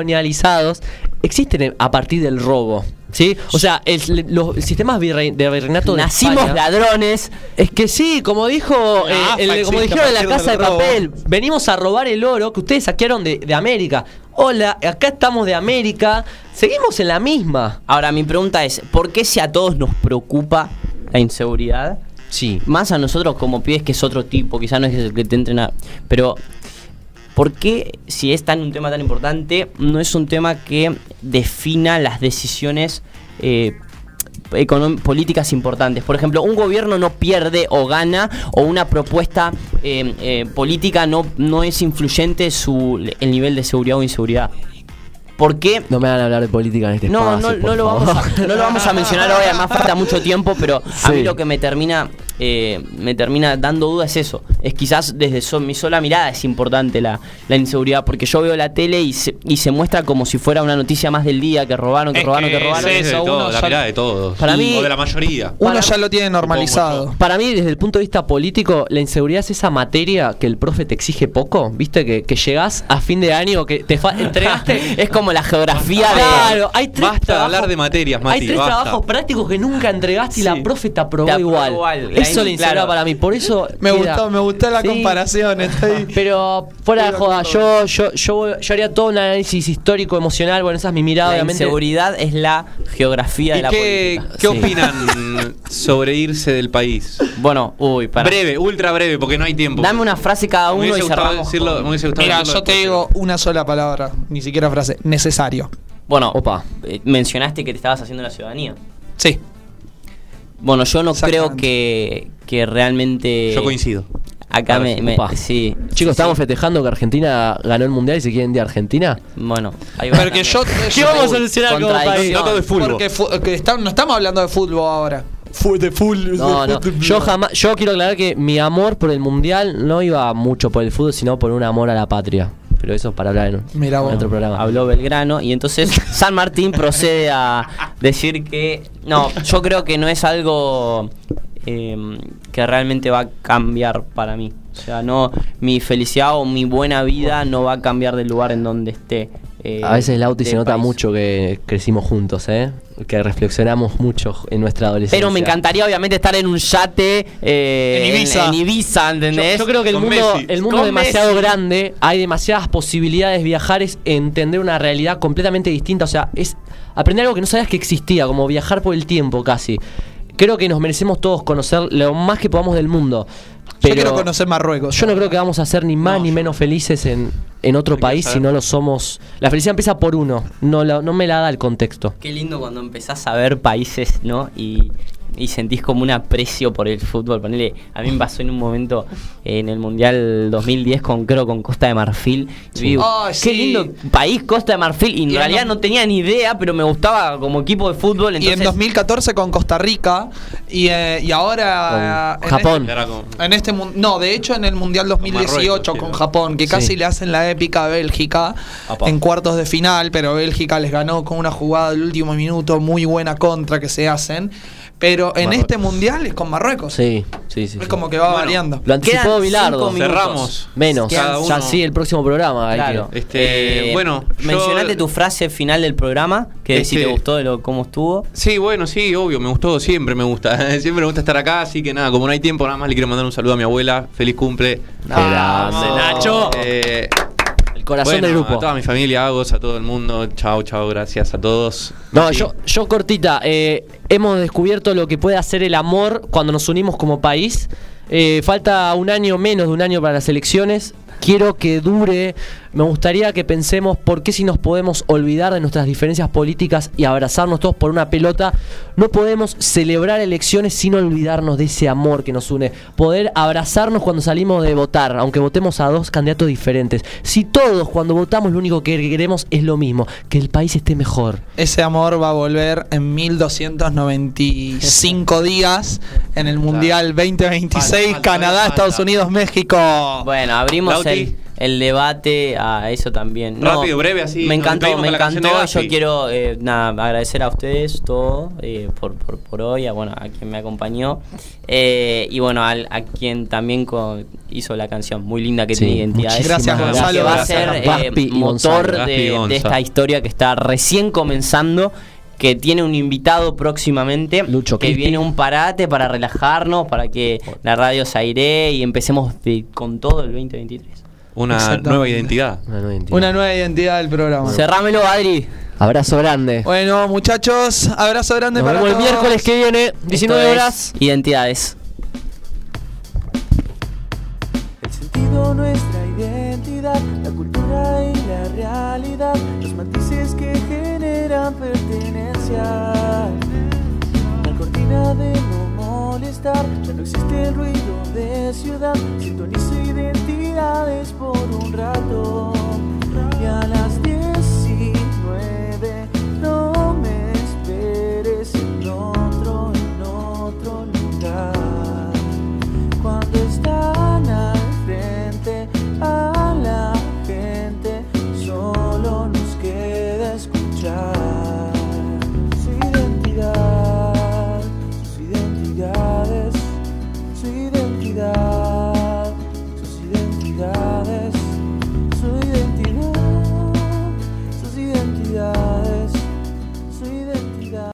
[SPEAKER 1] colonializados existen eh, a partir del robo. ¿Sí? O sea, el- los sistemas virre- de virreinato de
[SPEAKER 4] Nacimos
[SPEAKER 1] España-
[SPEAKER 4] ladrones.
[SPEAKER 1] es que sí, como dijo, eh,
[SPEAKER 2] AFA
[SPEAKER 1] el- como
[SPEAKER 2] existe
[SPEAKER 1] dijeron en
[SPEAKER 2] a
[SPEAKER 1] la
[SPEAKER 2] partir
[SPEAKER 1] casa de
[SPEAKER 2] del robo.
[SPEAKER 1] papel, venimos a robar el oro que ustedes saquearon de, de América. Hola, acá estamos de América, seguimos en la misma.
[SPEAKER 4] Ahora, mi pregunta es, ¿por qué si a todos nos preocupa la inseguridad?
[SPEAKER 1] Sí.
[SPEAKER 4] Más a nosotros como pies que es otro tipo, quizás no es el que te entrena, pero ¿por qué si es tan un tema tan importante, no es un tema que defina las decisiones eh, econom- políticas importantes? Por ejemplo, un gobierno no pierde o gana, o una propuesta eh, eh, política no, no es influyente su, el nivel de seguridad o inseguridad. ¿Por qué
[SPEAKER 1] No me van a hablar de política en este
[SPEAKER 4] no,
[SPEAKER 1] espacio,
[SPEAKER 4] no,
[SPEAKER 1] por
[SPEAKER 4] no, lo
[SPEAKER 1] favor.
[SPEAKER 4] vamos a, no lo vamos a mencionar hoy, además falta mucho tiempo, pero a
[SPEAKER 1] Sí.
[SPEAKER 4] mí lo que me termina, eh, me termina dando duda es eso. Es quizás desde so- mi sola mirada es importante la, la inseguridad, porque yo veo la tele y se, y se muestra como si fuera una noticia más del día, que robaron, que
[SPEAKER 2] Es
[SPEAKER 4] robaron, que,
[SPEAKER 2] que
[SPEAKER 4] robaron.
[SPEAKER 2] sí.
[SPEAKER 3] Es de
[SPEAKER 2] eso,
[SPEAKER 3] todo,
[SPEAKER 2] uno
[SPEAKER 3] la
[SPEAKER 2] ya-
[SPEAKER 3] mirada de todos.
[SPEAKER 1] Para
[SPEAKER 3] Y-
[SPEAKER 1] mí-
[SPEAKER 3] O de la mayoría.
[SPEAKER 2] Uno
[SPEAKER 1] Para-
[SPEAKER 2] ya lo tiene normalizado.
[SPEAKER 1] Para mí, desde el punto de vista político, la inseguridad es esa materia que el profe te exige poco, ¿viste? Que, que llegás a fin de año, que te fa- entregaste...
[SPEAKER 4] es como la geografía de...
[SPEAKER 1] Claro, hay tres
[SPEAKER 3] Basta de
[SPEAKER 1] trabajos-
[SPEAKER 3] hablar de materias, Mati,
[SPEAKER 1] Hay tres
[SPEAKER 3] basta.
[SPEAKER 1] trabajos prácticos que nunca entregaste y la profe te aprobó
[SPEAKER 4] Te aprobó
[SPEAKER 1] igual.
[SPEAKER 4] igual. La
[SPEAKER 1] Eso
[SPEAKER 4] in-
[SPEAKER 1] le inseguridad
[SPEAKER 4] claro.
[SPEAKER 1] para mí, por eso...
[SPEAKER 2] Me
[SPEAKER 1] queda-
[SPEAKER 2] gustó, me gustó la
[SPEAKER 1] Sí.
[SPEAKER 2] comparación. Estoy...
[SPEAKER 1] Pero fuera de joda, yo, yo, yo, yo haría todo un análisis histórico, emocional, bueno, esa es mi mirada,
[SPEAKER 4] La
[SPEAKER 1] obviamente.
[SPEAKER 4] inseguridad es la geografía de
[SPEAKER 3] ¿Y
[SPEAKER 4] la
[SPEAKER 3] qué,
[SPEAKER 4] política.
[SPEAKER 3] qué
[SPEAKER 4] Sí.
[SPEAKER 3] opinan sobre irse del país?
[SPEAKER 4] Bueno, uy, para.
[SPEAKER 3] Breve, ultra breve, porque no hay tiempo.
[SPEAKER 4] Dame una frase cada
[SPEAKER 3] Me
[SPEAKER 4] uno
[SPEAKER 3] hubiese
[SPEAKER 4] y
[SPEAKER 3] gustado
[SPEAKER 4] cerramos.
[SPEAKER 3] decirlo- me hubiese gustado
[SPEAKER 2] Mira,
[SPEAKER 3] decirlo
[SPEAKER 2] yo te
[SPEAKER 3] después,
[SPEAKER 2] digo una sola palabra, ni siquiera frase. Necesario.
[SPEAKER 4] Bueno,
[SPEAKER 1] Opa.
[SPEAKER 4] eh, mencionaste que te estabas haciendo la ciudadanía.
[SPEAKER 2] Sí.
[SPEAKER 4] Bueno, yo no creo
[SPEAKER 2] Exactamente.
[SPEAKER 4] que, que realmente.
[SPEAKER 3] pero Yo coincido.
[SPEAKER 4] Acá
[SPEAKER 1] Claro,
[SPEAKER 4] me. me-
[SPEAKER 1] opa.
[SPEAKER 4] sí.
[SPEAKER 1] Chicos,
[SPEAKER 4] Sí,
[SPEAKER 1] estamos
[SPEAKER 4] sí.
[SPEAKER 1] festejando que Argentina ganó el mundial y se quieren de Argentina.
[SPEAKER 4] Bueno, ahí va
[SPEAKER 2] Porque
[SPEAKER 4] también.
[SPEAKER 2] yo.
[SPEAKER 1] ¿Qué vamos a solucionar como país?
[SPEAKER 4] Contradicción.
[SPEAKER 3] No todo es fútbol.
[SPEAKER 2] Porque fu- que está- no estamos hablando de fútbol ahora. Fu- de fútbol.
[SPEAKER 1] No,
[SPEAKER 2] de
[SPEAKER 1] no.
[SPEAKER 2] fútbol.
[SPEAKER 1] Yo jamás, yo quiero aclarar que mi amor por el mundial no iba mucho por el fútbol, sino por un amor a la patria. Pero eso es para hablar en,
[SPEAKER 2] Mirá
[SPEAKER 1] en
[SPEAKER 2] vos.
[SPEAKER 1] otro programa.
[SPEAKER 4] Habló Belgrano y entonces San Martín procede a decir que. No, yo creo que no es algo eh, que realmente va a cambiar para mí. O sea, no. Mi felicidad o mi buena vida no va a cambiar del lugar en donde esté. eh,
[SPEAKER 1] a veces Lauti
[SPEAKER 4] del
[SPEAKER 1] se nota
[SPEAKER 4] país.
[SPEAKER 1] mucho que crecimos juntos, ¿eh? Que reflexionamos mucho en nuestra adolescencia.
[SPEAKER 4] Pero me encantaría, obviamente, estar en un yate. eh,
[SPEAKER 2] En Ibiza.
[SPEAKER 4] En, en Ibiza,
[SPEAKER 1] Yo,
[SPEAKER 4] ¿entendés?
[SPEAKER 1] yo creo que el
[SPEAKER 3] Con
[SPEAKER 1] mundo,
[SPEAKER 3] Messi.
[SPEAKER 1] el mundo es
[SPEAKER 4] Con
[SPEAKER 1] demasiado
[SPEAKER 4] Messi.
[SPEAKER 1] grande, hay demasiadas posibilidades, viajar es entender una realidad completamente distinta, o sea, es aprender algo que no sabías que existía, como viajar por el tiempo casi. Creo que nos merecemos todos conocer lo más que podamos del mundo.
[SPEAKER 2] Yo
[SPEAKER 1] pero
[SPEAKER 2] quiero conocer Marruecos.
[SPEAKER 1] Yo no creo que vamos a ser ni más
[SPEAKER 4] No,
[SPEAKER 1] ni
[SPEAKER 4] yo-
[SPEAKER 1] menos felices en, en otro
[SPEAKER 3] Hay que
[SPEAKER 1] país si
[SPEAKER 3] saber.
[SPEAKER 1] no lo somos. La felicidad empieza por uno, no, la- no me la da el contexto.
[SPEAKER 4] Qué lindo cuando empezás a ver países, ¿no? Y, y sentís como un aprecio por el fútbol. Ponele, a mí me pasó en un momento eh, en el Mundial 2010 con creo con Costa de Marfil. Y digo,
[SPEAKER 2] Oh,
[SPEAKER 4] qué
[SPEAKER 2] sí.
[SPEAKER 4] lindo país Costa de Marfil. Y en
[SPEAKER 2] Y en
[SPEAKER 4] realidad
[SPEAKER 2] dos-
[SPEAKER 4] no tenía ni idea, pero me gustaba como equipo de fútbol.
[SPEAKER 2] Y
[SPEAKER 4] Entonces,
[SPEAKER 2] en 2014 con Costa Rica. Y, eh, y ahora.
[SPEAKER 1] Con
[SPEAKER 2] en
[SPEAKER 4] Mm.
[SPEAKER 1] Japón.
[SPEAKER 3] Era como-
[SPEAKER 2] este- en este mun- No, de hecho en el Mundial 2018
[SPEAKER 3] Marruecos,
[SPEAKER 2] con
[SPEAKER 3] sí.
[SPEAKER 2] Japón, que
[SPEAKER 1] Sí.
[SPEAKER 2] casi le hacen la épica a Bélgica
[SPEAKER 3] Apa.
[SPEAKER 2] en cuartos de final, pero Bélgica les ganó con una jugada del último minuto muy buena contra que se hacen. Pero en
[SPEAKER 3] Marruecos.
[SPEAKER 2] este Mundial es con Marruecos.
[SPEAKER 1] Sí, sí, sí.
[SPEAKER 2] es
[SPEAKER 1] sí.
[SPEAKER 2] como que va
[SPEAKER 3] Bueno,
[SPEAKER 2] variando.
[SPEAKER 1] Lo anticipó
[SPEAKER 4] Quedan
[SPEAKER 1] Bilardo.
[SPEAKER 4] cinco minutos.
[SPEAKER 3] Cerramos.
[SPEAKER 1] Menos.
[SPEAKER 3] Cada
[SPEAKER 1] Ya
[SPEAKER 3] uno.
[SPEAKER 1] sí, el próximo programa. hay
[SPEAKER 4] Claro. Eh,
[SPEAKER 1] que-
[SPEAKER 3] Este, bueno, yo-
[SPEAKER 4] Mencionate tu frase final del programa, que si
[SPEAKER 3] Este-
[SPEAKER 4] te gustó de lo, cómo estuvo.
[SPEAKER 3] Sí, bueno, sí, obvio, me gustó, siempre me gusta. Siempre me gusta estar acá, así que nada, como no hay tiempo, nada más le quiero mandar un saludo a mi abuela. Feliz cumple.
[SPEAKER 1] Grande,
[SPEAKER 2] Nacho.
[SPEAKER 3] Eh,
[SPEAKER 1] El corazón
[SPEAKER 3] bueno,
[SPEAKER 1] del
[SPEAKER 3] A toda
[SPEAKER 1] grupo.
[SPEAKER 3] mi familia, a vos, a todo el mundo. Chao, chao, gracias a todos.
[SPEAKER 1] No,
[SPEAKER 3] Sí.
[SPEAKER 1] yo, yo cortita, eh, hemos descubierto lo que puede hacer el amor cuando nos unimos como país. Eh, falta un año menos de un año para las elecciones. Quiero que dure. Me gustaría que pensemos por qué si nos podemos olvidar de nuestras diferencias políticas y abrazarnos todos por una pelota, no podemos celebrar elecciones sin olvidarnos de ese amor que nos une. Poder abrazarnos cuando salimos de votar, aunque votemos a dos candidatos diferentes. Si todos cuando votamos lo único que queremos es lo mismo, que el país esté mejor.
[SPEAKER 2] Ese amor va a volver en 1295 días en el Mundial 2026,
[SPEAKER 3] Falta, falta,
[SPEAKER 2] Canadá,
[SPEAKER 3] falta.
[SPEAKER 2] Estados Unidos, México.
[SPEAKER 4] Bueno, abrimos
[SPEAKER 3] Lauti.
[SPEAKER 4] el, el debate a eso también. No,
[SPEAKER 3] Rápido, breve, así,
[SPEAKER 4] Me
[SPEAKER 3] nos
[SPEAKER 4] encantó,
[SPEAKER 3] despedimos
[SPEAKER 4] me
[SPEAKER 3] con la canción
[SPEAKER 4] encantó.
[SPEAKER 3] de
[SPEAKER 4] Yo
[SPEAKER 3] Gaspi.
[SPEAKER 4] quiero eh, nada, agradecer a ustedes todo eh, por, por, por hoy, a, bueno, a quien me acompañó. Eh, y bueno, al- a quien también co- hizo la canción muy linda que
[SPEAKER 1] Sí,
[SPEAKER 4] tiene identidad.
[SPEAKER 1] muchísimas
[SPEAKER 2] Gracias,
[SPEAKER 4] Que
[SPEAKER 2] Gonzalo,
[SPEAKER 4] Va a
[SPEAKER 2] gracias,
[SPEAKER 4] ser eh,
[SPEAKER 1] Gaspi y Gonzalo.
[SPEAKER 4] motor
[SPEAKER 3] Gaspi y
[SPEAKER 4] de, de
[SPEAKER 3] Gonza.
[SPEAKER 4] esta historia que está recién comenzando. Que tiene un invitado próximamente.
[SPEAKER 1] Lucho
[SPEAKER 4] que
[SPEAKER 1] Crispi.
[SPEAKER 4] viene un parate para relajarnos, para que la radio se aire y empecemos de- con todo el 2023.
[SPEAKER 3] Una
[SPEAKER 2] Exactamente.
[SPEAKER 3] nueva identidad.
[SPEAKER 1] Una nueva identidad.
[SPEAKER 2] Una nueva identidad del programa.
[SPEAKER 4] Cerrámelo, Adri.
[SPEAKER 1] Abrazo grande.
[SPEAKER 2] Bueno, muchachos, abrazo grande
[SPEAKER 1] Nos
[SPEAKER 2] para
[SPEAKER 1] vemos el
[SPEAKER 2] todos.
[SPEAKER 1] miércoles que viene, 19
[SPEAKER 4] Esto es
[SPEAKER 1] horas.
[SPEAKER 4] Identidades.
[SPEAKER 5] El sentido, nuestra identidad, la cultura y la realidad, los matices que generan pertenencia. La cortina de no molestar, ya no existe el ruido de ciudad, sintonizo identidades por un rato. Y a las 10